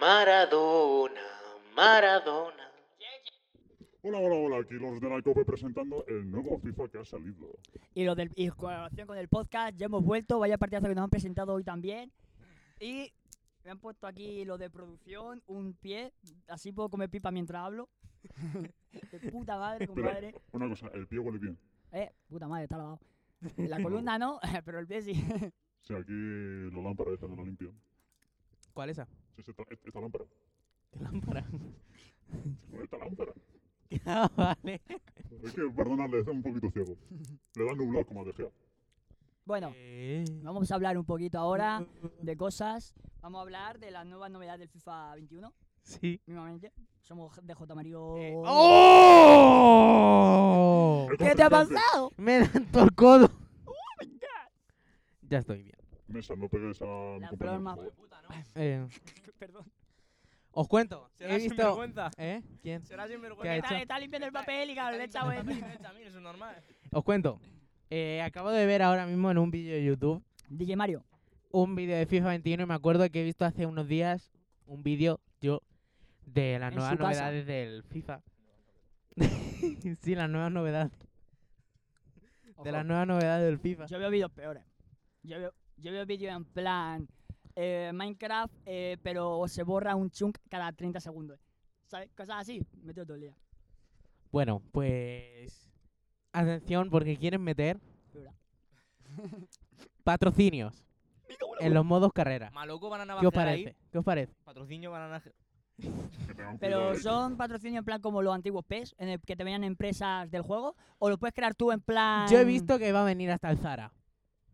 Maradona, Maradona. Hola, hola, hola. Aquí los de la COPE presentando el nuevo FIFA que ha salido. Y lo del, y en colaboración con el podcast, ya hemos vuelto. Vaya partidazo que nos han presentado hoy también. Y me han puesto aquí lo de producción, un pie. Así puedo comer pipa mientras hablo. de puta madre, compadre. Una cosa, el pie huele bien. Eh, puta madre, está lavado. La columna no, pero el pie sí. Sí, aquí la lámpara esta no la limpian. ¿Cuál esa? Sí, sí, esta, esta lámpara. lámpara? Esta lámpara. ah, vale. Es que, perdonadle, está un poquito ciego. Le da nublado como a De Gea. Bueno, Eh. vamos a hablar un poquito Mm. ahora de cosas. Vamos a hablar de las nuevas novedades del FIFA 21. Sí. Mismamente, somos de J. Mario. Eh, ¡Oh! He ¿Qué te ha contestado antes. pasado? Me dan todo el codo. Ya estoy bien. Mesa, no pegues a mi La compañero, broma. por favor. Eh, Perdón. os cuento. Será He sin visto. vergüenza. ¿Eh? ¿Quién? Será sin ¿Qué ha vergüenza. hecho? Está, está limpiando el papel y claro, le he echado También, el- también, eso es normal. Os cuento. Eh, acabo de ver ahora mismo en un vídeo de YouTube DJ Mario. un vídeo de FIFA 21 y me acuerdo que he visto hace unos días un vídeo yo de las En nuevas su casa. novedades del FIFA. sí, las nuevas novedades. De las nuevas novedades del FIFA. Yo veo vídeos peores. Yo veo, yo veo vídeos en plan eh, Minecraft, eh, pero se borra un chunk cada 30 segundos. ¿Sabes? Cosas así, metido todo el día. Bueno, pues. Atención, porque quieren meter Espera. patrocinios en los modos carrera. Maloco van a ¿Qué os navegar ahí. parece? ¿Qué os parece? Patrocinio van a navegar. Que tengan cuidado, Pero eh. son patrocinios en plan como los antiguos PES, en el que te venían empresas del juego, o lo puedes crear tú en plan. Yo he visto que va a venir hasta el Zara.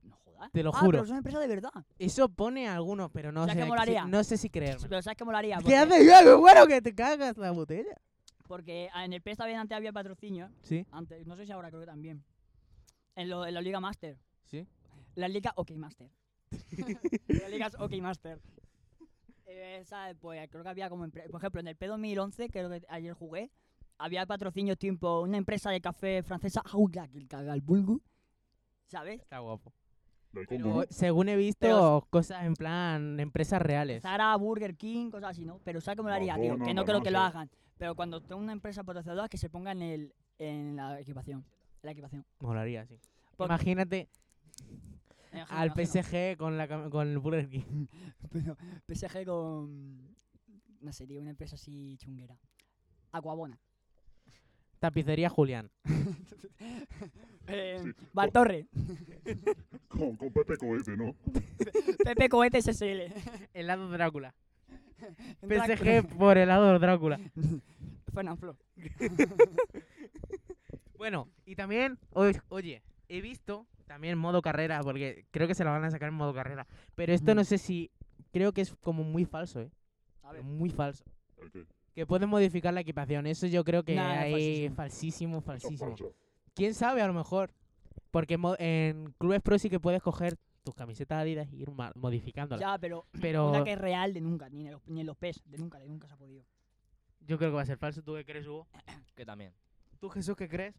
No jodas. te lo Ah, juro. Pero son empresas de verdad. Eso pone algunos, pero no O sea, sé. que molaría. No sé si creerme. Pero sabes que molaría. ¿Qué Porque, haces? yo? Bueno, que te cagas la botella. porque en el PES también antes había patrocinio. Sí, Antes, no sé si ahora creo que también. En, lo- en la Liga Master. sí. La liga OK Master. la liga es OK Master. Eh, esa, pues creo que había como, empre- por ejemplo, en el P2011, creo que ayer jugué, había patrocinios tipo una empresa de café francesa, Auga, que el caga el vulgo, ¿sabes? Está guapo. Del combo, ¿no? según he visto, Pero- cosas en plan empresas reales. Zara, Burger King, cosas así, ¿no? Pero ¿sabes cómo lo haría, tío? Madonna, Que no creo que lo Marmasa. hagan. Pero cuando tenga una empresa patrocinadora, que se ponga en, el, en la equipación. En la equipación. Molaría, sí. Porque- Imagínate En el al gimnasio, no. PSG con, la, cam- con el Burger King. Pero PSG con... No sé, tío, una empresa así chunguera. Aquabona. Tapicería Julián. Eh, Sí. Valtorre, Con, con Pepe Cohete, ¿no? Pepe Cohete SSL. Helado Drácula. Entra- PSG por helado Drácula. Fernanfloo. Bueno, y también, oye, oye, he visto también modo carrera, porque creo que se la van a sacar en modo carrera. Pero esto no Ujú. sé si. Creo que es como muy falso, ¿eh? A ver, Muy falso. El que Que pueden modificar la equipación. Eso yo creo que Nah, es hay falsísimo, está falsísimo. falso. ¿Quién sabe? A lo mejor. Porque en mo- en Clubes Pro sí que puedes coger tus camisetas Adidas y ir ma- modificándolas. ya, pero pero una que es real de nunca, ni en los, ni en los PES, de nunca, de nunca se ha podido. yo creo que va a ser falso. ¿Tú qué crees, Hugo? Que también. ¿Tú, Jesús, qué crees?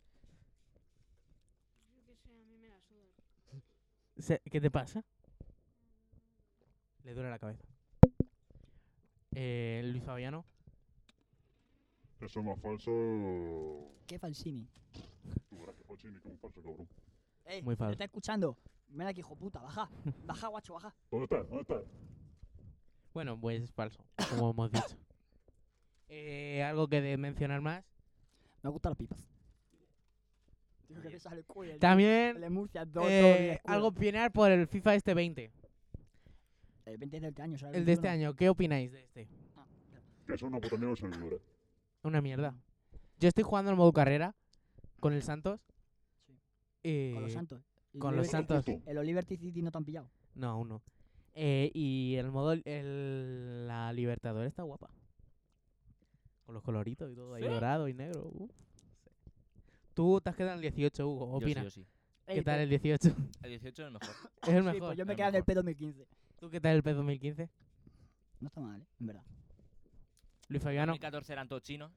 Yo qué sé, a mí me la suda. ¿Qué te pasa? Le duele la cabeza. Eh, Luis Fabiano. Eso es más falso. Qué falsini. Tú verás que Pacini, que es un falso cabrón. Ey, Muy ¿me falso. está escuchando? Ven aquí, hijo puta, baja. Baja, guacho, baja. ¿Dónde está? ¿Dónde está? Bueno, pues es falso, como hemos dicho. Eh, algo que de mencionar más. Me gustan las pipas. Digo que te sale el culo. el- el También de Murcia, dos, eh, todo bien oscuro. algo pionear por el FIFA este 20, El 20 de este año, ¿sabes? el de este 21. año. ¿Qué opináis de este? Que pues, es una puta mierda de servidores. Una mierda. Yo estoy jugando en modo carrera con el Santos. Sí. eh, Con los Santos. El con los Liberty- Santos. Eh, Justo. El Liberty City no te han pillado. No, aún no. Eh, y el modo, el, la Libertadores está guapa. Con los coloritos y todo, ahí ¿Sí? dorado y negro. uh. Tú te has quedado en el 18, Hugo. Yo sí, Opina. yo sí. ¿Qué tal el 18? El 18 es el mejor. Es el Sí, mejor. pues yo me el quedé en el mejor. P2015. ¿Tú qué tal el PES 2015? No está mal, ¿eh? en verdad. Luis En Fabiano. el 14 eran todos chinos.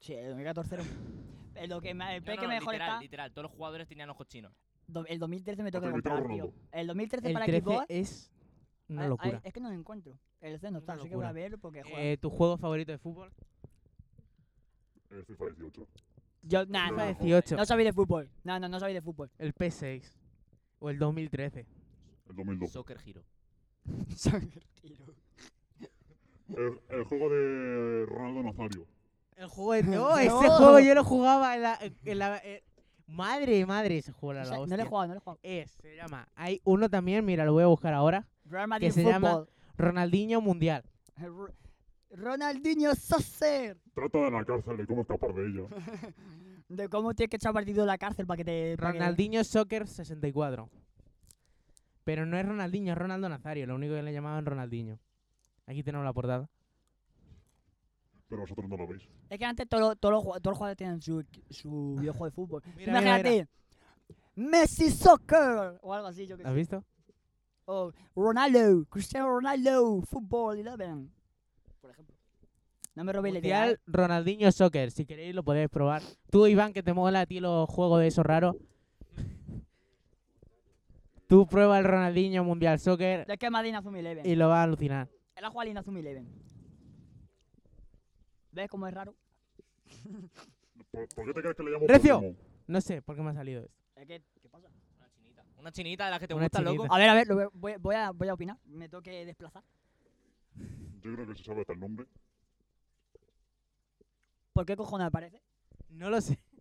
Sí, el 2014 era un- eh, lo que me- El No, P no, que no, mejor literal, está. literal. Todos los jugadores tenían ojos chinos. do- El 2013 me toca Porque comprar, Cristiano tío. El 2013 El para 13 Xbox. es a- una a- locura. Es que no lo encuentro. El C no Una está, así que voy a locura. ver porque joder. Eh, ¿Tu juego favorito de fútbol? El eh, FIFA 18. Yo, nah, FIFA no, 18. no sabéis de fútbol. No, no, no sabéis de fútbol. El P6. O el 2013. El 2002. Soccer Hero. El, el juego de Ronaldo Nazario. El juego de... ¡No! ¡No! Ese juego yo lo jugaba en la... en la- eh, Madre, madre, ese juego O era la sea, no hostia. le he jugado, no le he jugado. Es, se llama. Hay uno también, mira, lo voy a buscar ahora. Real Madrid se llama- Fútbol. Ronaldinho Mundial. Ro- Ronaldinho Sasser. Trata de la cárcel, de cómo escapar de ella. De cómo tienes que echar partido de la cárcel para que te. para que- Ronaldinho Soccer 64. Pero no es Ronaldinho, es Ronaldo Nazario. Lo único que le llamaban Ronaldinho. Aquí tenemos la portada. Pero vosotros no lo veis. Es que antes todos los- todos los jugad- todos los jugadores tienen su, su videojuego de fútbol. Mira, mira, Imagínate. Messi Soccer. O algo así, yo que ¿Has sé. visto? O Ronaldo. Cristiano Ronaldo. Fútbol 11. Por ejemplo. No me robéis la idea. Mundial Ronaldinho Soccer. Si queréis lo podéis probar. Tú, Iván, que te mola a ti los juegos de esos raros. Tú prueba el Ronaldinho Mundial Soccer ¿eh? Es que Madrid Azumi 11. y lo vas a alucinar. Él ha jugado al Inazuma Eleven. ¿Ves cómo es raro? ¿Por, por qué te crees que le llamo Recio. Pokémon? No sé por qué me ha salido esto. ¿Eh, ¿Qué, qué pasa? Una chinita. Una chinita de las que te Una gusta, chinita. loco. A ver, a ver, lo voy- voy, voy a, voy a opinar. Me tengo que desplazar. Yo creo que se sabe hasta el nombre. ¿Por qué cojones aparece? No lo sé.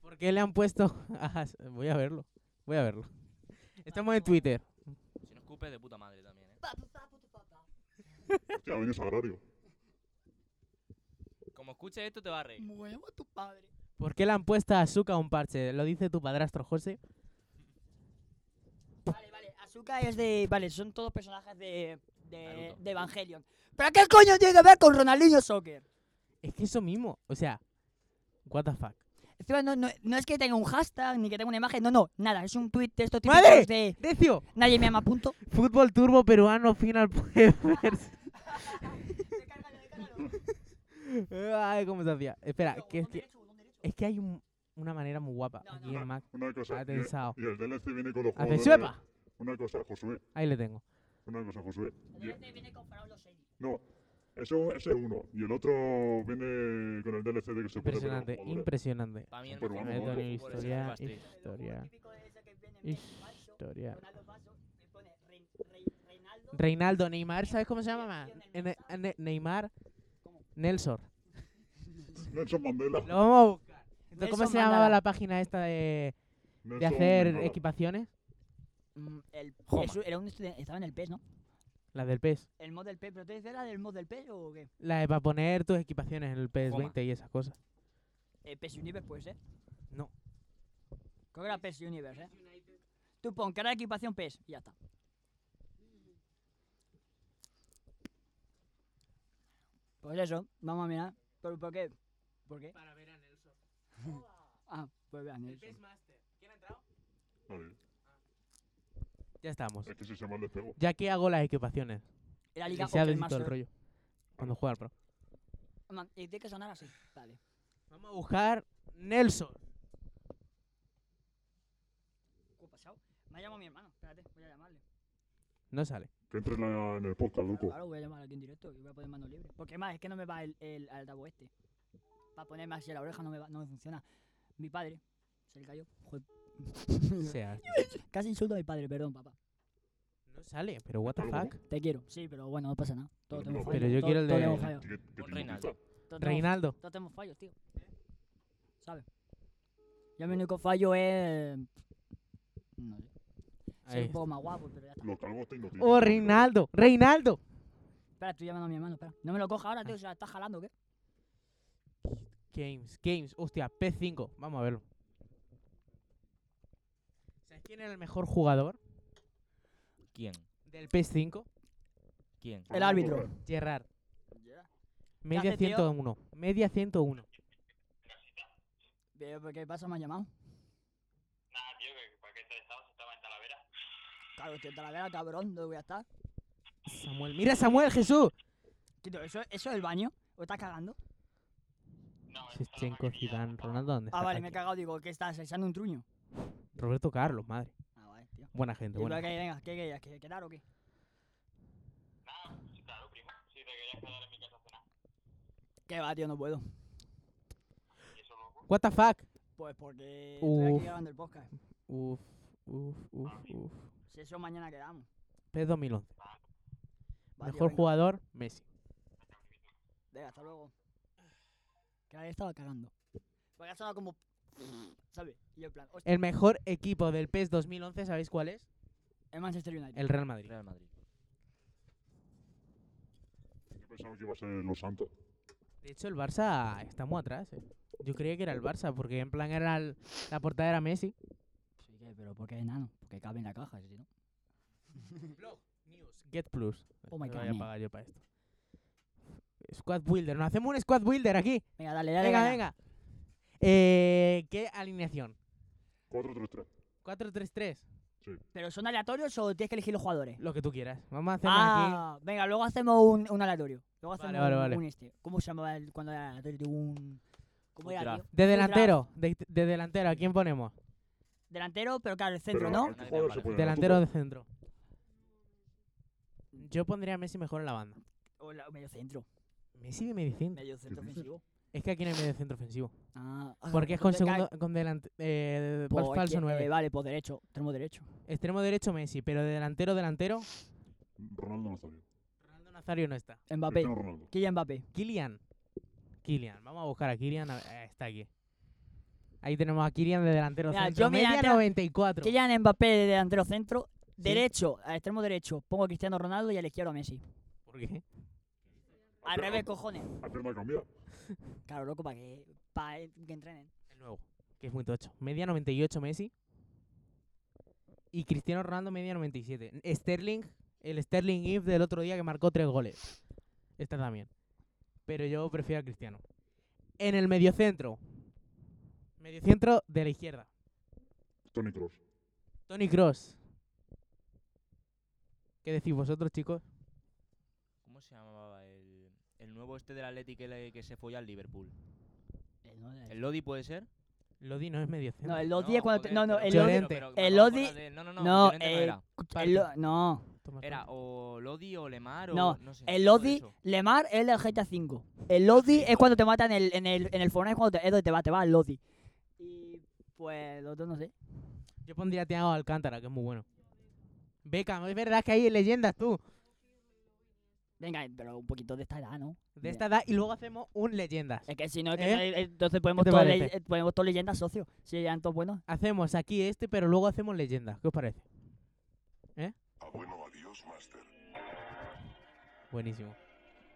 ¿Por qué le han puesto? a- Voy a verlo. Voy a verlo. Estamos en Twitter. Si no escupes, de puta madre también, ¿eh? Hostia, venís sagrario. Como escuches esto, te va a reír. Muevo a tu padre. ¿Por qué le han puesto a Azúcar un parche? Lo dice tu padrastro, José. Vale, vale. Azuka es de. Vale, son todos personajes de. De, Naruto. de Evangelion. ¿Pero qué coño tiene que ver con Ronaldinho Soccer? Es que eso mismo. O sea, what the fuck. Encima, no, no, no es que tenga un hashtag ni que tenga una imagen. No, no, nada. Es un tweet de estos tipos ¡Madre! de. Decio, Nadie me ama, punto. fútbol turbo peruano final Puebers. Ay, cómo se hacía. Espera, que es que, es que hay un- una manera muy guapa No, no. aquí en Mac. Una cosa. y el- Atensado. Y el DLC viene con los Hace jugadores. suepa. Una cosa, Josué. Ahí le tengo. Una cosa, Josué. Y- No, eso, ese es uno. Y el otro viene con el DLC de que se puede ver. Impresionante, impresionante. Para mí, el Pero mejor vamos, jugador vamos. de fútbol es el Historia, Fast Trace. Historia, historia. Re- Reinaldo, Neymar, ¿sabes cómo se llama más? Ne- Ne- e, Neymar Nelson. Nelson Mandela. Lo vamos a buscar. Entonces, Nelson ¿Cómo se Mandela. llamaba la página esta de, de Nelson hacer Mandela. equipaciones? Mm, el- Joma. eso era un estudiante, estaba en el PES, ¿no? La del PES. El mod del PES, ¿pero tú dices, era del mod del PES o qué? La de para poner tus equipaciones en el PS20 y esas cosas. Eh, PES Universe puede ser. No. Creo que era PES Universe, ¿eh? Tú pon cara de equipación PES y ya está. Pues eso, vamos a mirar. ¿Por, por qué? ¿Por qué? Para ver a Nelson. Ah, pues vean eso. Master. ¿Quién ha entrado? Vale, Ya estamos. Es que si se me han despegado. Ya que hago las equipaciones. Era Y Liga se ha Hockey desdicho el Master. rollo. Cuando juega el pro. Man, Y tiene que sonar así. Vale. Vamos a buscar Nelson. ¿Qué ha pasado? Me ha llamado mi hermano. Espérate, voy a llamarle. No sale. Que entre en, la- en el podcast, loco. Ahora voy a llamar aquí en directo y voy a poner mano libre. Porque más, es que no me va el, el altavoz este. Para ponerme así a la oreja no me, va- no me funciona. Mi padre se le cayó. Joder. sea, Casi insulto a mi padre, perdón, papá. no sale, pero what the Algo, ¿no? fuck. Te quiero, sí, pero bueno, no pasa nada. Todos Pero tenemos no, fallos. pero yo todos- quiero el todos de- tenemos fallos. Que- que Pon te Reinaldo. inmuta. Todos tenemos- Reinaldo. Todos tenemos fallos, tío. ¿Sabes? Yo mi único fallo es. No sé. Soy Ahí un poco más guapo, pero ya está. Los calvos te está. hipnotizan. Oh, Reinaldo. Reinaldo. Espera, estoy llamando a mi hermano, espera. No me lo coja ahora, tío, Ah. se la está jalando, ¿qué? Games, Games, hostia, P5, vamos a verlo. ¿Sabes quién era el mejor jugador ¿Quién? del PS5? ¿Quién? El árbitro. Gerrard. ¿Qué Media hace, tío? 101. Media 101. Pero, ¿Por qué pasa? Me han llamado. Nah, tío, que ¿Para qué estaba? Si estaba en Talavera. Claro, estoy en Talavera, cabrón, ¿dónde voy a estar? Samuel, mira Samuel, Jesús. Tito, ¿eso, ¿eso es el baño? ¿O estás cagando? No, en Shevchenko, Salamanquilla. Zidane, Ronaldo, ¿dónde está? Ah, vale, Aquí. me he cagado, digo, ¿qué estás? ¿Echando un truño? Roberto Carlos, madre. Ah, vale, tío. Buena gente, Y buena. luego que, venga, ¿qué querías? ¿Que quedar o qué? Nada, sí, claro, primo. Si te querías quedar en mi casa a cenar. ¿Qué va, tío? No puedo. Y eso loco. What the fuck? Pues porque estoy Uf. aquí grabando el podcast. Uf, uf, uf, uf. Si eso mañana quedamos. PES 2011. Va, tío, Mejor venga. jugador, Messi. Venga, hasta luego. Que ahí estaba cagando. Porque ha sonado como... ¿Sabes? Y yo en plan, hostia, El mejor equipo del PES 2011, ¿sabéis cuál es? el Manchester United. El Real Madrid. Real Madrid. Yo pensaba que iba a ser Los Santos. De hecho, el Barça está muy atrás. eh. Yo creía que era el Barça, porque en plan era el- la portada era Messi. Sí, que, pero ¿por qué enano? Porque cabe en la caja, si no. Get Plus. Oh my Me God, voy a man. pagar yo para esto. Squad Builder. Nos hacemos un Squad Builder aquí. Venga, dale, dale. Venga, venga. Eh, ¿Qué alineación? 4-3-3. 4-3-3. ¿Pero son aleatorios o tienes que elegir los jugadores? Lo que tú quieras. Vamos a hacer aquí. Ah, venga, luego hacemos un, un aleatorio. Luego Vale, hacemos vale, un, vale. un este. ¿Cómo se llamaba el, cuando era aleatorio? Tipo un... ¿Cómo Un era, draft. tío? De Un draft. delantero. De, de delantero. ¿A quién ponemos? Delantero, pero claro, el Pero centro, ¿no? ¿a qué jugador se pone? delantero o de centro. Yo pondría a Messi mejor en la banda. O la- medio centro. Messi de medio centro. Medio centro dices? ofensivo. Es que aquí no hay medio centro ofensivo. Ah, ah, Porque es con entonces, segundo, claro, con delante, eh, fal- pues, falso que- 9. eh, vale, pues derecho. Tenemos derecho. Extremo derecho Messi, pero de delantero, delantero, Ronaldo Nazario. Ronaldo Nazario no está. Mbappé. Cristiano Ronaldo. Kylian Mbappé. Kylian. Kylian, vamos a buscar a Kylian. a ver, eh, está aquí. Ahí tenemos a Kylian de delantero Mira, centro. yo mi media delantero- 94. Kylian Mbappé de delantero centro. Derecho, al extremo derecho, pongo a Cristiano Ronaldo y al izquierdo a Messi. ¿Por qué? Al revés, cojones. A pierna cambiada. Claro, loco, para que, pa' que entrenen. El nuevo, que es muy tocho. Media 98 Messi. Y Cristiano Ronaldo media 97. Sterling, el Sterling If del otro día que marcó tres goles. Esta también. Pero yo prefiero a Cristiano. En el mediocentro. Mediocentro de la izquierda. Tony Cross. Tony Cross. ¿Qué decís vosotros, chicos? ¿Cómo se llamaba el, el nuevo este del Atleti que, le- que se folla al Liverpool? Eh, no, eh, ¿El Lodi puede ser? Lodi no es mediocentro. No, el Lodi es cuando. te- no, joder, no, pero- el Lodi. pero- Llorente. pero que me el acabo Lodi- de acordar de- No, no, no. no, Llorente eh, era. el Lo- no, Tomás Era Partey. o Lodi o Lemar No, o. sé, el algo de Lodi, eso. Lemar es el del GTA 5. El Lodi es cuando te matan en el, en el, en el Fortnite, cuando te, es donde te va, te va el Lodi. Y pues los dos no sé. Yo pondría a Thiago Alcántara, que es muy bueno. Beckham, es verdad que hay leyendas tú. Venga, pero un poquito de esta edad, ¿no? De Mira, esta edad y luego hacemos un leyendas. Es que si no, es que ¿Eh? no hay- entonces podemos te todo, parece? le- eh, podemos todo leyendas, socio. Si eran todos buenos. Hacemos aquí este, pero luego hacemos leyendas. ¿Qué os parece? ¿Eh? Ah, bueno, adiós, Master. Buenísimo.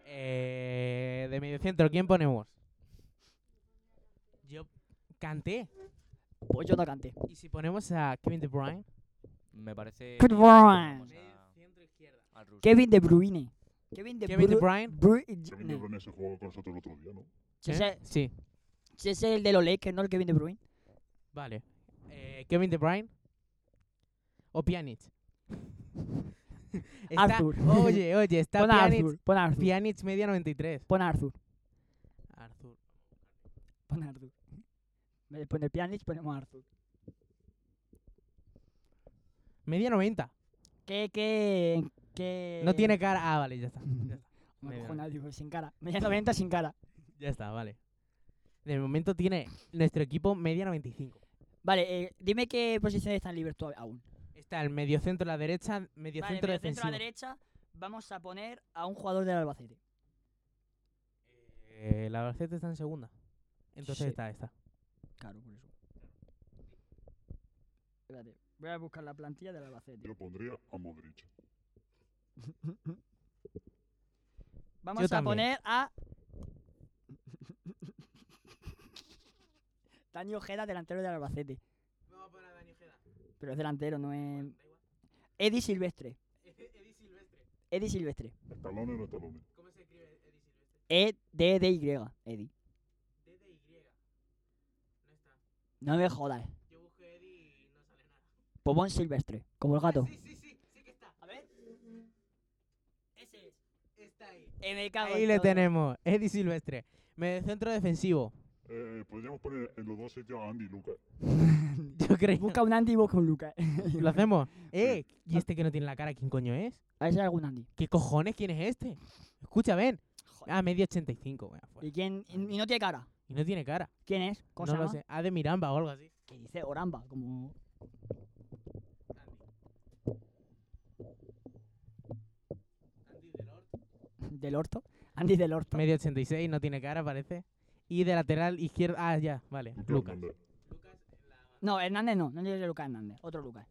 Eh, de mediocentro, ¿quién ponemos? Yo canté. Pues yo no canté. ¿Y si ponemos a Kevin De Bruyne? Me parece. Good bien que one. pongamos a- al ruso. Kevin De Bruyne. Kevin De Kevin De Bru- Bruyne. Kevin De Bruyne se jugó con nosotros el otro día, ¿no? Si ¿eh? ese, Sí. si ese es el de los Lakers, no el Kevin De Bruyne. Vale. Eh, Kevin De Bruyne o Pjanic. Está- Arthur. Oye, oye, está Pon a Pjanic, Arthur. Pon a Arthur. Pjanic media 93. Pon a Arthur. Arthur. Pon a Arthur. En vez de poner Pjanic, ponemos a Arthur. Media 90. ¿Qué, qué, qué? No tiene cara. Ah, vale, ya está. No media cojo nada, digo, sin cara. Media 90 sin cara. Ya está, vale. De momento tiene nuestro equipo media 95. Vale, eh, dime qué posiciones están libres tú aún. Está el mediocentro a la derecha, mediocentro medio defensivo. centro a la derecha vamos a poner a un jugador del Albacete. Eh, el Albacete está en segunda. Entonces Sí. está, está. Claro, por eso. Espérate, voy a buscar la plantilla del Albacete. Yo pondría a Modric. Vamos Yo a también. poner a. Dani Ojeda, delantero del Albacete. Pero es delantero, no es. Eddie Silvestre. Eddie Silvestre. Escalones o no escalones. E D D Y. Eddie. No me jodas. Yo busqué Eddie y no sale nada. Pomón Pues silvestre, como el gato. Sí, sí, sí, sí que está. A ver. Ese es. Está ahí. Eh, me cago Ahí en le todo. tenemos. Eddie Silvestre. Mediocentro defensivo. Eh, podríamos poner en los dos sitios a Andy y Lucas. Yo creo. Busca un Andy y busca un Lucas. Lo hacemos. Eh, ¿y este que no tiene la cara quién coño es? A ver si hay algún Andy. ¿Qué cojones? ¿Quién es este? Escucha, ven. Joder. Ah, media 85. bueno, fuera. ¿Y quién? Y no tiene cara. Y no tiene cara. ¿Quién es? ¿Cómo No se lo llama? sé. Ah, de Miramba o algo así. Que dice Oramba, como. Del orto. Andy del orto. Media 86, no tiene cara, parece. Y de lateral izquierdo. Ah, ya, vale. Lucas. Hernández. No, Hernández no, no es Lucas Hernández, otro Lucas.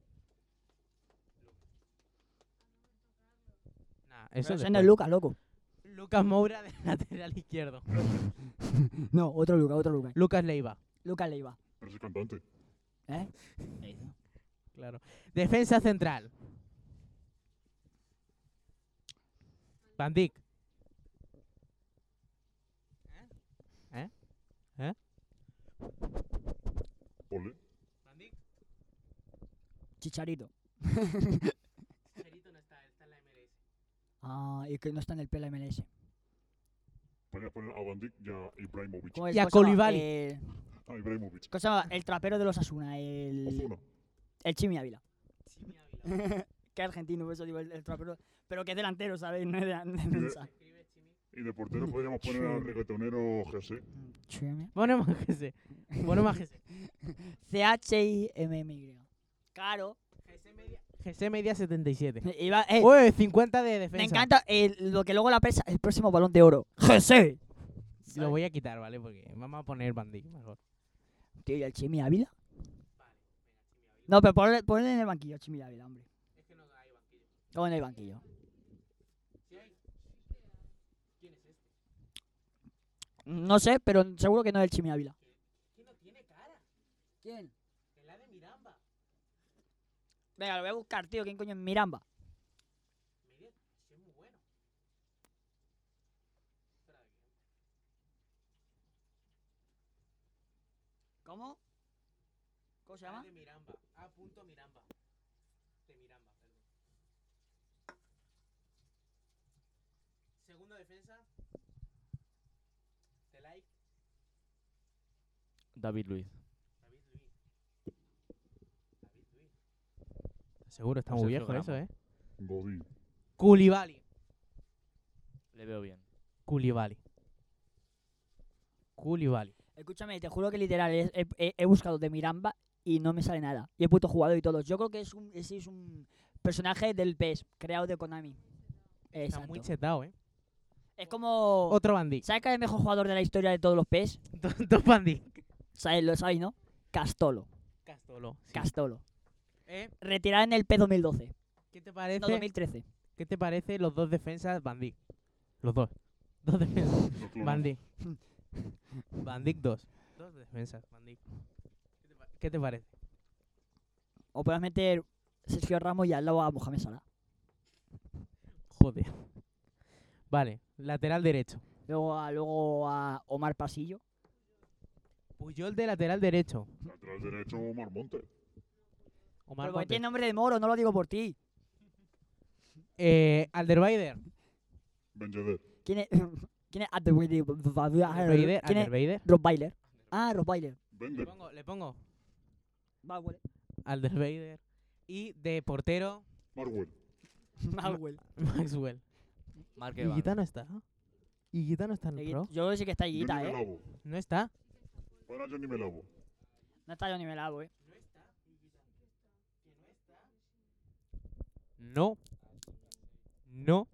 Nah, eso Pero es ese no es Lucas, loco. Lucas Moura de lateral izquierdo. No, otro Lucas, otro Lucas. Lucas Leiva. Lucas Leiva. Pero ese cantante. ¿Eh? Claro. Defensa central. Van Dijk. Ole. Chicharito. Ah, y que no está en el PLMLS. Podrías poner a Van Dijk y a Ibrahimovic. ¿Cómo es? Y a ¿Cómo se llama? Coulibaly. Eh, A Ibrahimovic. ¿Cómo se llama? El trapero de los Asuna, el. Ozuna. El Chimi Ávila. que es argentino, por eso digo el, el trapero. Pero que es delantero, ¿sabes? No es de, de defensa. Y de Mm. portero podríamos poner al reggaetonero Jesse. Chimi. Ponemos a Jesse. Ponemos a Jesse. C-H-I-M-M-Y. Claro. Jesse media 77. Iba- eh, Uy, 50 de defensa. me encanta el- lo que luego la pesa, el próximo balón de oro. ¡Jesse! Lo voy a quitar, ¿vale? Porque vamos a poner Van Dijk mejor. Tío, ¿y el Chimi Ávila? No, pero ponle, ponle en el banquillo, Chimi Ávila, hombre. Es que no hay banquillo. ¿Cómo en el banquillo? No sé, pero seguro que no es el Chimi Ávila. ¿Quién? Venga, lo voy a buscar, tío. ¿Quién coño es Miramba? ¿Cómo? ¿Cómo se llama? Miramba. A punto Miramba. De Miramba, perdón. Segundo defensa. De like. David Luiz. Seguro, está Pues muy el viejo eso, programa. ¿eh? Godín. Culibali. Le veo bien. Culibali. Culibali. Escúchame, te juro que literal he, he- he- he buscado de Miramba y no me sale nada. Y he puesto jugador y todo. Yo creo que es un, ese es un personaje del PES, creado de Konami. Está Exacto. muy chetado, ¿eh? Es como... Otro Van Dijk. ¿Sabes cuál es el mejor jugador de la historia de todos los PES? Dos- Dos Van Dijk. ¿Sabes? Lo sabéis, ¿no? Castolo. Castolo. sí. Castolo. ¿Eh? Retirado en el PES 2012. ¿Qué te parece? No, 2013. ¿Qué te parece los dos defensas Van Dijk? Los dos. Dos defensas. Los clones. Van Dijk. Van Dijk dos. Dos defensas, Van Dijk. ¿Qué te pa- ¿Qué te parece? O puedes meter Sergio Ramos y al lado a Mohamed Salah. Joder. Vale, lateral derecho. Luego a, luego a Omar Pasillo. Puyol Pues de lateral derecho. Lateral derecho Omar Montes. Omar Pero porque Montes. tiene nombre de moro, no lo digo por ti. Eh, Alderweider. Benjeder. ¿Quién es? ¿Quién es? Ah, ¿Quién Alderweider. es? Alderweider. Rob Bailer. Ah, Rob Bailer. Le Bender. pongo, le pongo Bowell. Alderweider. Y de portero, Marwell. Bowell. Maxwell. Mark ¿Y Evans. Gitano está? ¿Y Gitano está en el pro? Yo sé que está Johnny Higuita, ¿eh? Melavo. ¿No está? Pon a Johnny Melavo. No está yo nivelado, ¿eh? No. No.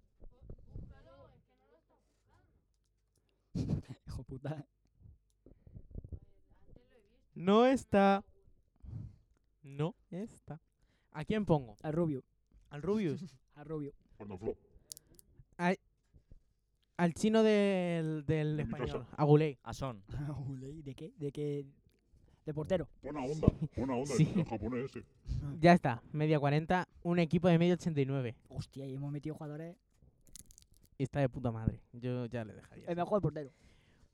Hijo puta. No está. No está. ¿A quién pongo? Al Rubio. Al Rubius. Al Rubio. Fernanfloo. Al chino del, del De mi español. A Guley. A Son. ¿eh? ¿De qué? ¿De qué? De portero. Pon a Honda. Pon a Honda. Sí. El japonés ese. Ya está. Media 40. Un equipo de media 89. Hostia, y hemos metido jugadores. Y está de puta madre. Yo ya le dejaría. El así. mejor portero.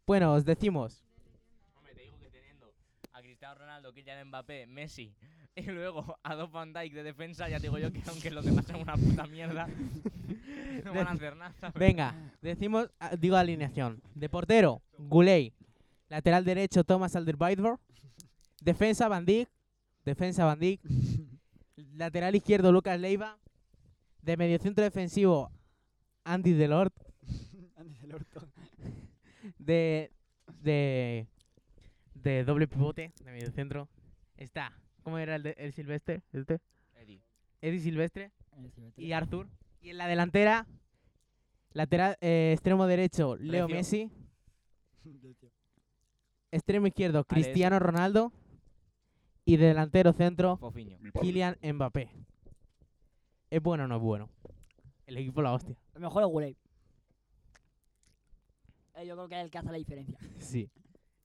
Bueno, os decimos. Hombre, te digo que teniendo a Cristiano Ronaldo, Kylian Mbappé, Messi, Y luego a dos Van Dyke de defensa, ya te digo yo que aunque los demás sean una puta mierda, no van a hacer nada. ¿sabes? Venga, decimos, ah, digo alineación. De portero, Guley. Lateral derecho, Thomas Alderweireld. Defensa, Van Dijk. Defensa, Van Dijk. Lateral izquierdo, Lucas Leiva. De mediocentro defensivo, Andy Delort. Antes del orto. De, de, de doble pivote, de mediocentro. Está, ¿cómo era el, de- el silvestre? Este? Eddie. Eddie Silvestre. Eh, sí, vete. y Arthur. Y en la delantera, lateral, eh, extremo derecho, Recio. Leo Messi. Yo, tío. Extremo izquierdo, Alex. Cristiano Ronaldo. Y de delantero centro, Fofiño. Mi padre. Kylian Mbappé. ¿Es bueno o no es bueno? El equipo la hostia. A lo mejor es Guley. Eh, yo creo que es el que hace la diferencia. Sí.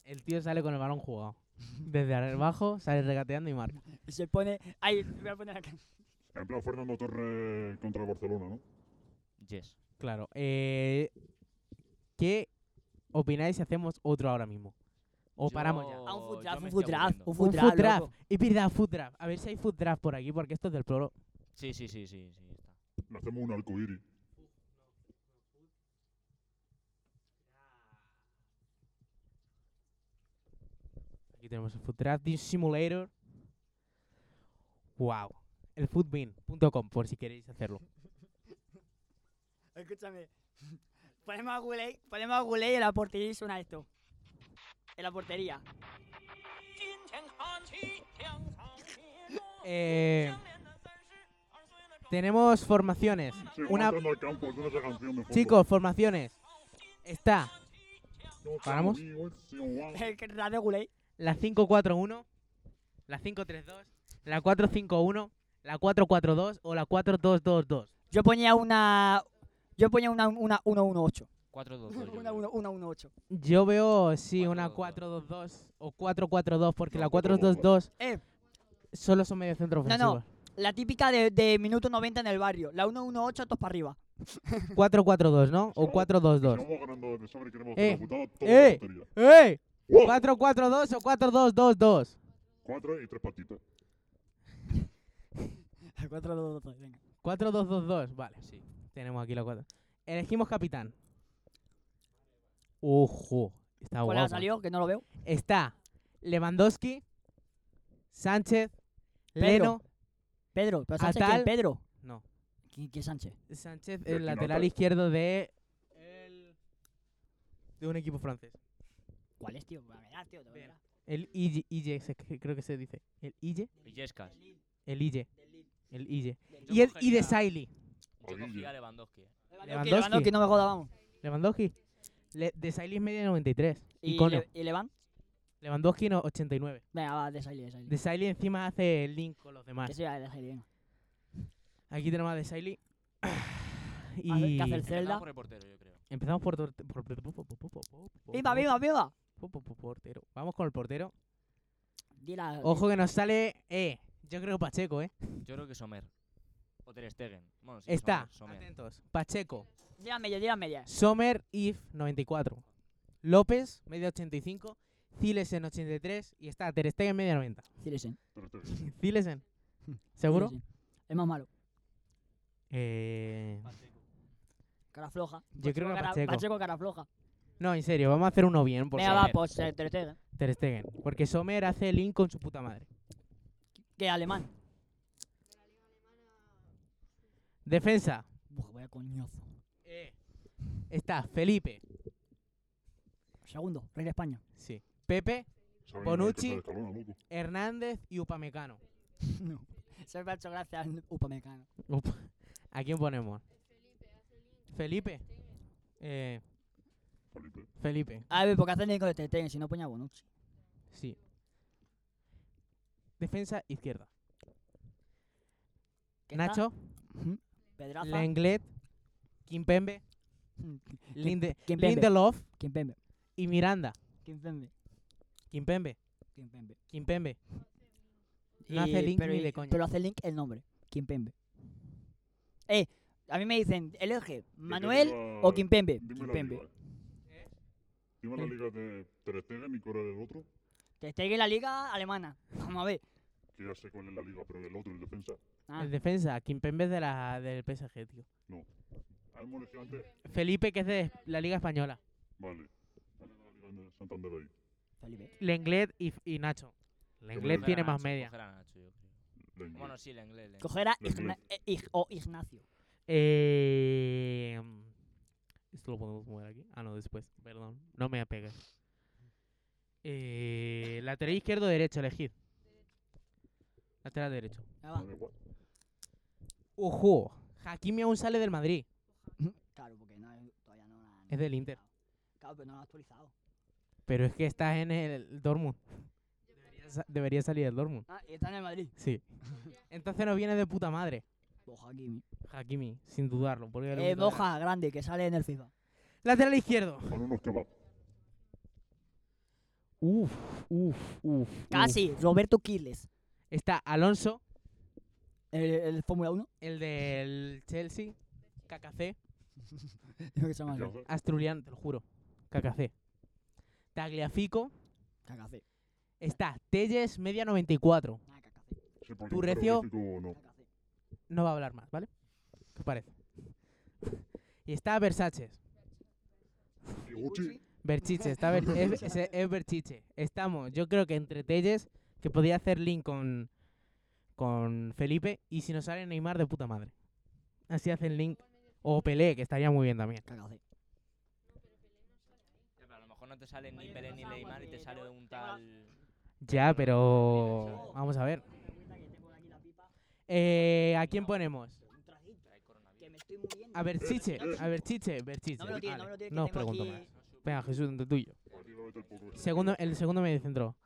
El tío sale con el balón jugado. Desde abajo sale regateando y marca. Se pone. Ahí, voy a poner acá. En plan Fernando Torres contra el Barcelona, ¿no? Yes. Claro. eh, ¿Qué opináis si hacemos otro ahora mismo? ¿O paramos ya? A un food yo draft, me un estoy food draft, aburriendo. un Un food draft, food draft. loco. Es verdad, food draft. A ver si hay food draft por aquí, porque esto es del pro. Sí, sí, sí, sí, sí. Está. Le hacemos un arcoíris. Aquí tenemos el Food Drafting Simulator. Wow. El foodbean.com por si queréis hacerlo. Escúchame. Ponemos a Guley, ponemos a Guley en la portería y suena esto. En la portería. Eh, tenemos formaciones. Sí, Una- entrando al campo con esa canción de fondo. Chicos, formaciones. Está ¿paramos? El que de Guley. la 541, la 532, la 451, la 442 o la 4222. Yo ponía una. Yo ponía una, una 118. 4-2. yo Una, creo. una, una 118. Yo veo, sí, una 4-2-2. 422 o 442 porque No, la 4-2-2. 422 Eh, solo son medio centro No, ofensivo. no. la típica de, de minuto 90 en el barrio. La 118, todos para arriba. 442, ¿no? O Sí. 422. Estamos ganando de sobre y queremos Eh, hacer la putada toda eh. la tontería. ¡Ey! ¡Wow! 4-4-2 o 4-2-2-2. Cuatro y tres patitas. 4, 2, 2, venga. 4-2-2-2. Vale, Sí. tenemos aquí la 4. Elegimos capitán. Ojo, está ¿Cuál ha guapo. salido? Que no lo veo. Está Lewandowski, Sánchez, Pedro. Leno. Pedro, pero Sánchez, Atal. ¿quién? Pedro. No, ¿Qui- ¿Quién es Sánchez? Sánchez, Pero el si no, lateral pero- izquierdo de. el- de un equipo francés. ¿Cuál es, tío? A ver, tío, de Bien. verdad. El Ige, Ige, se- que- creo que se dice. El Ige, Illescas. el Ige, el Ige. Yo Y, el, y de cogería- Sailly. Yo cogía Oye. a Lewandowski. eh. Lewandowski, Lewandowski. Lewandowski, no me joda, vamos. Lewandowski. Le- de Sailly es media 93. ¿Y, Icono. Le- ¿Y Levan? Lewandowski no, 89. Venga, va, de Sailly, de Sailly. De Sailly encima hace el link con los Que demás. sea de Sailly, venga. Aquí tenemos a De Sailly. A ver, Y ¿qué hace el Empezamos Zelda? por el portero, yo creo. empezamos por, tor- por- por- por- por- por- por- por- por- ¡Viva, viva, viva! por- por- por- portero. Vamos con el portero. Di la- Ojo que nos sale eh, yo creo Pacheco, ¿eh? Yo creo que Somer. O Ter Stegen. Bueno, sí, Está. Sommer, Sommer. Atentos. Pacheco, Di la media, di la media. Sommer If 94. López media 85, Cilesen 83 y está Ter Stegen media 90. Silesen. Pero este- Cilesen. ¿Seguro? Silesen. Es más malo. Eh, Cara floja. yo creo que cara, Pacheco. Pacheco, cara floja. No, en serio, vamos a hacer uno bien por Venga, Sommer. va, pues eh, Ter Stegen, Ter Stegen. Porque Sommer hace link con su puta madre. Que alemán. Defensa. eh, Buah, vaya coñazo. Está Felipe. Segundo, rey de España. Sí. Pepe, Sabéis, Bonucci. hay que hacer escalona, loco. Hernández y Upamecano. no. Se me ha hecho gracia el Upamecano. ¿A quién ponemos? Felipe. Eh, Felipe. Felipe. A ver, porque hace Nico de Ter Stegen, si no ponía Bonucci. Sí. Defensa izquierda. ¿Qué está? Nacho, Ujú. Pedraza. Lenglet, Kimpembe, Linde, Kimpembe. Lindelof Kim Pembe. y Miranda. Kim Pembe. Kimpembe, Kim Pembe. Kimpembe. No hace link pero, ni de coña. Pero hace link el nombre. Kim Pembe. Eh, a mí me dicen, elige, Manuel Dime la- o Kim Pembe. Dime Kim la Pembe. liga. Dime ¿Eh? la liga de Ter Stegen y cuál era el otro. Ter Stegen la liga alemana. Vamos a ver. que ya sé cuál es la liga, pero el otro, el defensa. Ah, El defensa, Kimpembe es de la, del PSG, tío. Ah, hemos elegido antes. Felipe, que es de la Liga Española. Vale. Dale la liga de Santander ahí. Felipe. Lenglet y, y Nacho. Lenglet Coger a tiene Nacho, más media. coger a Nacho, yo creo. La inglés. Bueno, sí, el inglés. el Coger a Los Igna- eh, Ig- o Ignacio. Eh, Esto lo podemos mover aquí. Ah, no, después. Perdón. No me apegues. Eh, lateral izquierdo o derecho, elegid. Lateral derecho. Ya va. Vale, guau. Ojo. Hakimi aún sale del Madrid. Claro, porque no, todavía no lo han Es del Inter. Claro, pero no lo han actualizado. Pero es que estás en el Dortmund. Debería, sa- debería salir del Dortmund. Ah, y está en el Madrid. Sí. Entonces nos viene de puta madre. Boja, Kimi. Hakimi, sin dudarlo. Porque lo Eh, puto- Boja, grande, que sale en el FIFA. Lateral izquierdo. Con unos kebab. Uf, uf, uf. uf. Casi, Roberto Kirles. Está Alonso. El, el Fórmula 1. El del Chelsea, KKC, Digo que se llama Ya así. ves. Astrulian, te lo juro, KKC. Tagliafico, Cacacé. está Telles, media 94. Ah, cacacé. Sí, porque ¿Tu en recio? jeroglífico no. Cacacé. No va a hablar más, ¿vale? ¿Qué os parece? Y está Versaces. Y Gucci, Verchiche, está Ver- es, es- es Berchiche. Estamos, yo creo que entre Telles, que podía hacer link con, con Felipe, y si nos sale Neymar, de puta madre. Así hacen link. O Pelé, que estaría muy bien también. Cacacé. Ya, pero a lo mejor no te sale ni Oye, Pelé ni pasa algo Neymar y que te te sale voy- un te voy a- tal. Ya, pero... Vamos a ver. Eh, ¿A quién ponemos? Que me estoy muriendo. A ver, Chiche, a ver, Chiche, ver, Chiche. No me lo tires, no me lo vale, tires, que no os tengo pregunto aquí- Ah, más. Venga, Jesús, entre tuyo. prácticamente el poco. Segundo, el segundo medio centro.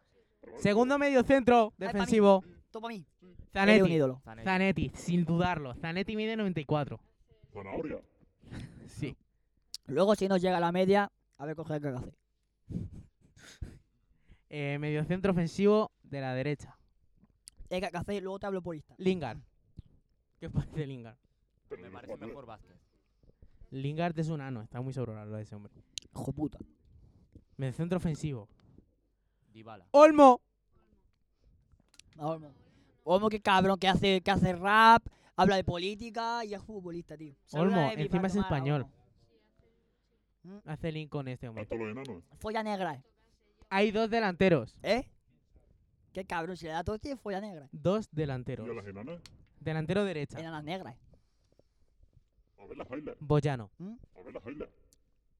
Segundo medio centro, Ay, pa' mí. defensivo. Topa a mí. Eres un Zanetti. ídolo. Zanetti. Zanetti, sin dudarlo. Zanetti mide 94. Zanahoria. Sí. Luego, si nos llega la media, a ver, coger cacacé. Eh, medio centro ofensivo de la derecha. Eh, cacacé, luego te hablo por Insta. Lingard. ¿Qué os parece Lingard? Pero Me no parece juega nada. mejor Vázquez. Lingard es un ano, está muy sobrevalorado ese hombre. Hijo puta. Medio centro ofensivo. Dybala. Olmo. Olmo. Olmo, qué cabrón, que hace, que hace rap, habla de política y es futbolista, tío. Saluda Olmo, de mi encima parte, es Mara, español. Olmo. Hace link con este hombre. Hasta los enanos. Folla negra, eh. Hay dos delanteros. ¿eh? Qué cabrón, si le da todo, tiene folla negra. Dos ¿Y a las delanteros. enanas? Delantero derecha. Eran las negras, eh. A ver las bailas. Boyano. A ver las bailas.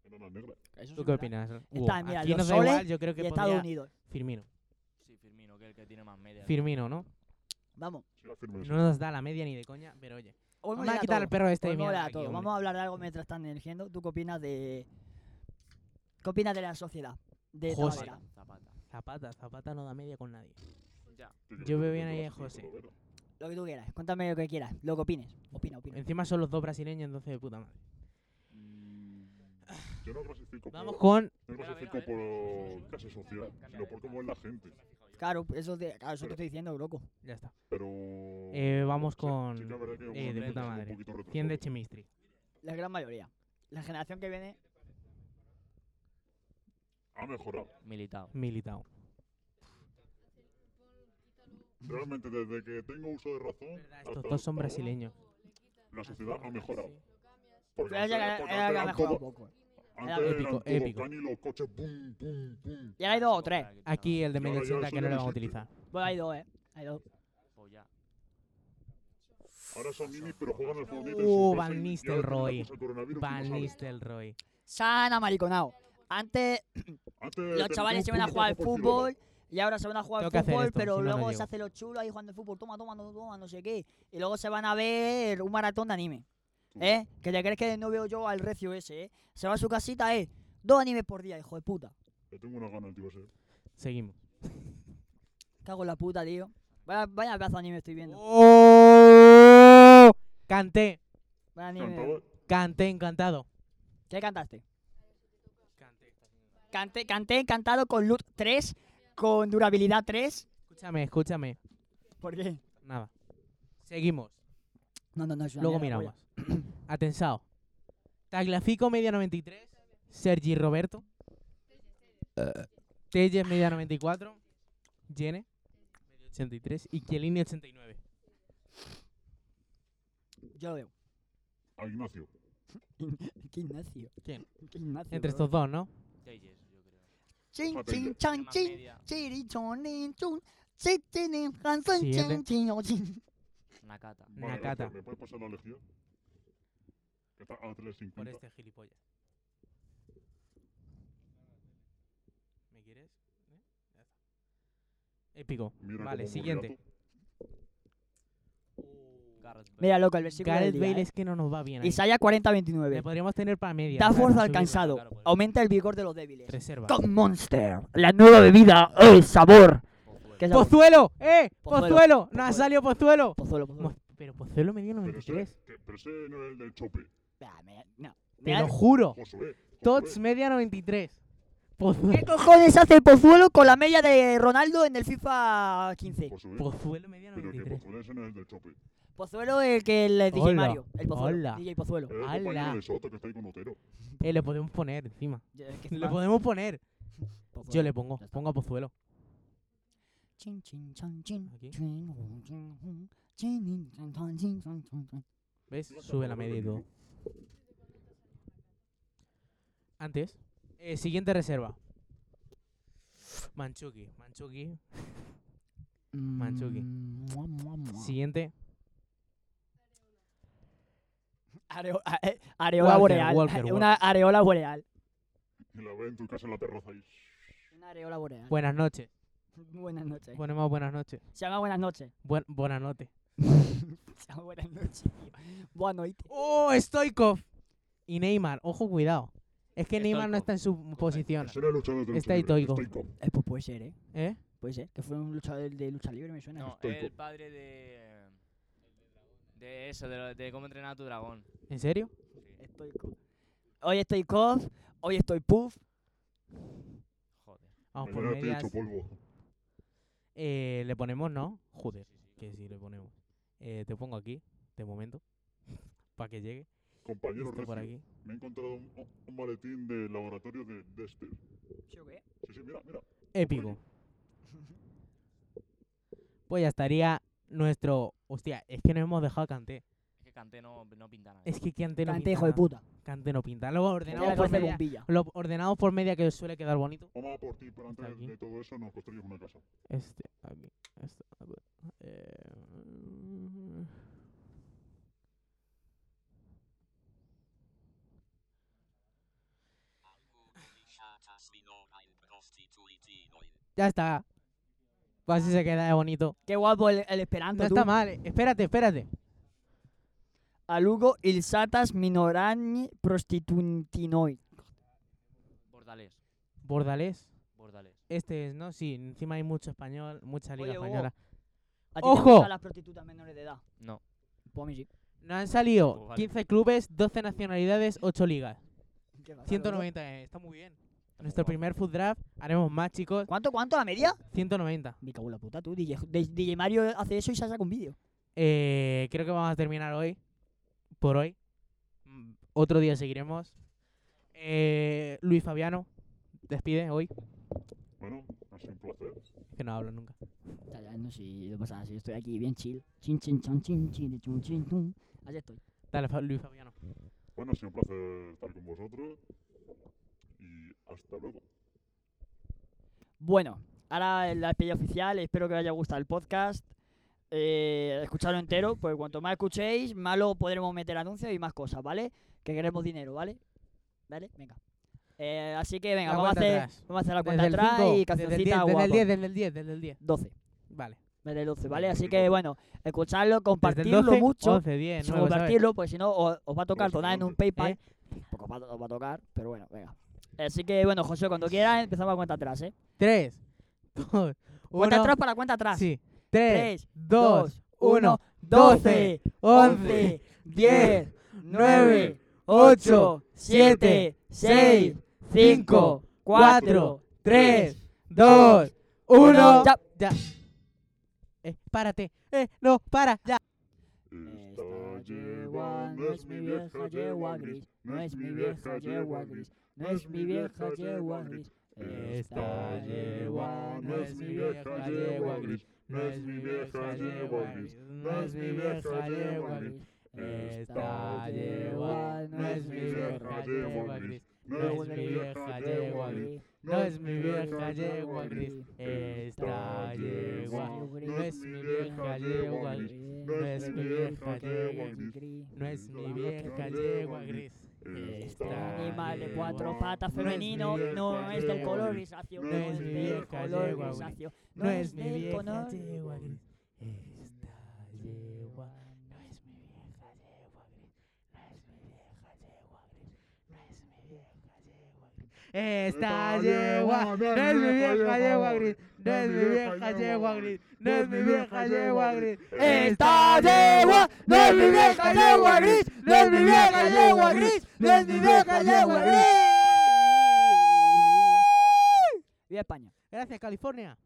Enanas negras. Eso sí ¿Tú es qué verdad. opinas? Hugo? Está, mira, Aquí los nos da soles igual, yo creo Y que Estados podría... Unidos. Firmino. Sí, Firmino, que es el que tiene más media. Firmino, ¿no? Vamos. Sí, la firme No nos da la media ni de coña, pero oye. Olmo Vamos le a da quitar al Pues todo. perro este de Olmo le mierda da aquí, todo. hombre. Vamos a hablar de algo mientras están eligiendo. ¿Tú qué opinas de. ¿Qué opinas de la sociedad? De José. Talavera. Zapata. Zapata, Zapata no da media con nadie. Yo creo Yo que veo bien tendrá ahí a cinco, José. lo verá. Lo que tú quieras. Cuéntame lo que quieras. Lo que opines. Opina, opina. Encima son los dos brasileños, entonces de puta madre. Mm. Yo no clasifico Vamos por, con no Espera, clasifico espera, por clase social, sino por cómo es la gente. Claro, eso, te, claro, eso te estoy diciendo, loco. ya está. Pero Eh, vamos sí, sí con que es verdad que eh, algunos de son puta un madre. poquito retrasados. ¿Quién de Chemistry? La gran mayoría. La generación que viene. Ha mejorado. Militado. Militao. Realmente desde que tengo uso de razón, Estos dos son brasileños. la sociedad ha mejorado. Porque Pero era, era, antes era- porque antes la eran mejor un todo- poco. antes Era eran épico, todo épico. pan y los coches boom, boom, boom. Y ahora hay dos o tres. Aquí el de Yo medio ahora ya centro que soy no le vamos a adolescente. utilizar. Bueno, hay dos, eh. Hay dos. Polla. Ahora son ninis, pero juegan al Fortnite. en Uh, su Van casa y- y ahora tienen Nistelrooy. la cosa del coronavirus y no Van saben. Nistelrooy. Sana, mariconao. Antes Antes los tenían chavales un se van a puñetazo jugar al por Girona. fútbol y ahora se van a jugar al Tengo que hacer fútbol, esto, pero si no, no luego se llego. hace los chulos ahí jugando al fútbol. Toma, toma, no, toma, no sé qué. Y luego se van a ver un maratón de anime. ¿Eh? Que te crees que no veo yo al recio ese, ¿eh? Se va a su casita, ¿eh? Dos animes por día, hijo de puta. Yo tengo una gana, tío, ese. Seguimos. Cago en la puta, tío. Vaya, vaya pedazo de anime estoy viendo. ¡Oh! Canté. Vaya anime. Cantaba. Canté encantado. ¿Qué cantaste? Canté, canté encantado con loot 3, con durabilidad 3. Escúchame, escúchame. ¿Por qué? Nada. Seguimos. No, no, no, es una Luego mierda, miramos. Atensado. Tagliafico media 93. Sergi Roberto. Eh. Telles media 94. Jene. 83 y Chiellini 89. Yo lo veo. A Ignacio. ¿Qué Ignacio? ¿Quién? ¿Qué Ignacio? Entre bro? estos dos, ¿no? Jayes, yo creo. Chin, Joder. chin, Tiene chan, más chin. media. Chiri, chonin, chun. Chi, chinin, hansan, chin, Siguiente. chin, o chin. Nakata. Vale, gracias. Nakata. ¿Me puedes pasar la lejía? Que está a 3.50. Por este gilipollas. ¿Me quieres? ¿Eh? Ya está. Épico. Mira vale, cómo siguiente. murió Gareth Bale. Mira, loco, el versículo Gareth del día, Bale eh. es que no nos va bien. ahí. Isaías 40, Le 29. podríamos tener para media. Da para fuerza al subirla. cansado. claro, podría. Aumenta el vigor de los débiles. Reserva. Con Monster. La nueva bebida. ¡El sabor! Ojo, ¿Qué sabor? ¡Pozuelo! ¡Eh! Pozuelo, ¡Pozuelo! ¡No ha Pozuelo. salido Pozuelo! Pozuelo, pozuelo. Mo- Pero Pozuelo me dio Pero ese, 93. que- pero ese no es el del chope. Ah, me- No. Me Te da- lo juro. Josué. Tots Josué. media 93. Pozuelo. ¿Qué cojones hace el Pozuelo con la media de Ronaldo en el FIFA 15? Josué. Pozuelo media Pero que 93. Josué ese no es el del chope. Pozuelo el que el DJ Hola. Mario. El Pozuelo. Hola. DJ Pozuelo. Es el ¡Hala! compañero de Soto que está ahí con Otero. Eh, le podemos poner encima. Yo- es que Le encima- podemos poner. Yo Pozuelo. le pongo. Ya está. Pongo a Pozuelo. Chin, chin, chan, chin, Aquí. chin, oh, chin, mm, chin, in, chan, chan, chin, chan, chan, chan. ¿Ves? Sube la media y todo. Antes. Eh, siguiente reserva. Manchuki. Manchuki. Manchuki. Mm, mua, mua, mua. Siguiente. Areo- a- eh, areola Walker, boreal. Walker, Una areola boreal. Y la ve en tu casa en la terraza ahí. Una areola boreal. Buenas noches. Buenas noches. Ponemos buenas noches. Se llama buenas noches. Buen, buenas noches. Se llama buenas noches, tío. Buenas noches. ¡Oh, Stoikov! Y Neymar. Ojo, cuidado. Es que Neymar no Stoikov. está en su posición. Ese era el luchador de lucha Está ahí libre, Toigo. estoico. Eh, pues puede ser, ¿eh? ¿Eh? Puede ser. Que fue un luchador de lucha libre, me suena. No, es el padre de. De eso, de, lo- de cómo entrenar a tu dragón. ¿En serio? Estoy co- Hoy estoy cof, hoy estoy puff. Joder. Vamos por Mañana estoy medias. hecho polvo. Eh, le ponemos, ¿no? Joder. Que si le ponemos. Eh, te pongo aquí, de momento. Para que llegue. Compañero Esto por recio, aquí. me he encontrado un, un maletín del laboratorio de Dexter. Sí, sí, mira, mira. Épico. Pues ya estaría nuestro. Hostia, es que no hemos dejado a Kanté. Es que Kanté no, no pinta nada. Es que Kanté no Cante, pinta. hijo de nada. puta. Kanté no pinta. Lo ordenamos, Tiene por 14 media, bombillas. lo ordenamos por media que suele quedar bonito. Vamos a por ti, pero Está antes aquí. de todo eso nos construyes una casa. Este, aquí. Este, a ver, eh, Ya está. Pues así se queda de bonito. Qué guapo el, el esperanto. No tú. está mal. eh. Espérate, espérate. A Lugo il satas minorani prostitutinoi. Bordalés. Bordalés. Bordalés. Este es, ¿no? Sí, encima hay mucho español, mucha liga Oye, Hugo. española. ¿A ti te ¡Ojo! gustan las prostitutas menores de edad? No. Pues a mí sí. Nos han Pues salido vale. 15 clubes, 12 nacionalidades, 8 ligas. Qué bárbaro. 190, eh, está muy bien. Nuestro guapo. primer food draft, haremos más, chicos. ¿Cuánto, cuánto? ¿La media? 190. Me cago en la puta, tú. DJ, de- DJ Mario hace eso y se saca un vídeo. Eh, creo que vamos a terminar hoy. Por hoy. Mm, Otro día seguiremos. Eh, Luis Fabiano, despide hoy. Bueno, ha sido un placer. Que no hablo nunca. Está ya, No sé, no pasa nada, si yo estoy aquí bien chill. Chin, chin, chan, chin, chin, chin, chin, chin. Así estoy. Dale, Fa- Luis Fabiano. Bueno, ha sido un placer estar con vosotros. Y hasta luego. Bueno, ahora la despedida oficial. Espero que os haya gustado el podcast. Eh, escuchadlo entero, porque cuanto más escuchéis, más lo podremos meter anuncios y más cosas, ¿vale? Que queremos dinero, ¿vale? ¿Vale? Venga. Eh, así que venga, La vamos a, cuenta hacer, atrás. vamos a hacer la cuenta Desde el atrás 5, y desde el 10, cancioncita desde el 10, guapa. desde el 10, desde el 10. 12. Vale. Desde el 12, ¿vale? Desde el Así 12. que bueno, escuchadlo, Desde el compartidlo 12, mucho. 11, 10, Sí, 9, ¿sabes? compartirlo, porque si no os, os va a tocar Pues, donar en un ¿eh? PayPal. Poco va, os va a tocar, pero bueno, venga. Así que bueno, José, cuando quieras empezamos a cuenta atrás, ¿eh? 3, 2, 1. Cuenta atrás para cuenta atrás. Sí. 3, Tres, 2, 1, 12, 11, 11, 10, 9, 8, 7, 6, 5, 4, 3, 2, 1. Ya. Ya. Eh, párate. Eh, no, para, ya. Esta yegua no es mi vieja yegua gris. no es mi vieja yegua gris, no es mi vieja yegua gris. Esta yegua no es mi vieja yegua gris, No es mi vieja, llevo gris. No es mi vieja, llevo gris. Está yegua, no es mi vieja, yegua gris. No es mi vieja, yegua gris. No es mi vieja, yegua gris. Esta yegua. No es mi vieja, yegua gris. No es mi vieja, yegua gris. No es mi vieja yegua gris. Este animal de cuatro yegua. patas No es femenino mi no vieja es del yegua color gris. grisáceo, No no es es mi del vieja color yegua gris. grisáceo, No es mi del vieja color- yegua gris. Esta yegua. No es mi vieja yegua gris. No es mi vieja yegua gris. No es mi vieja yegua gris. Esta yegua. No es mi vieja yegua gris. No es mi vieja yegua gris. No es mi vieja yegua gris. Esta yegua. No es mi vieja yegua gris. No es mi vieja yegua gris. No es mi vieja yegua gris. Viva España. Gracias, California.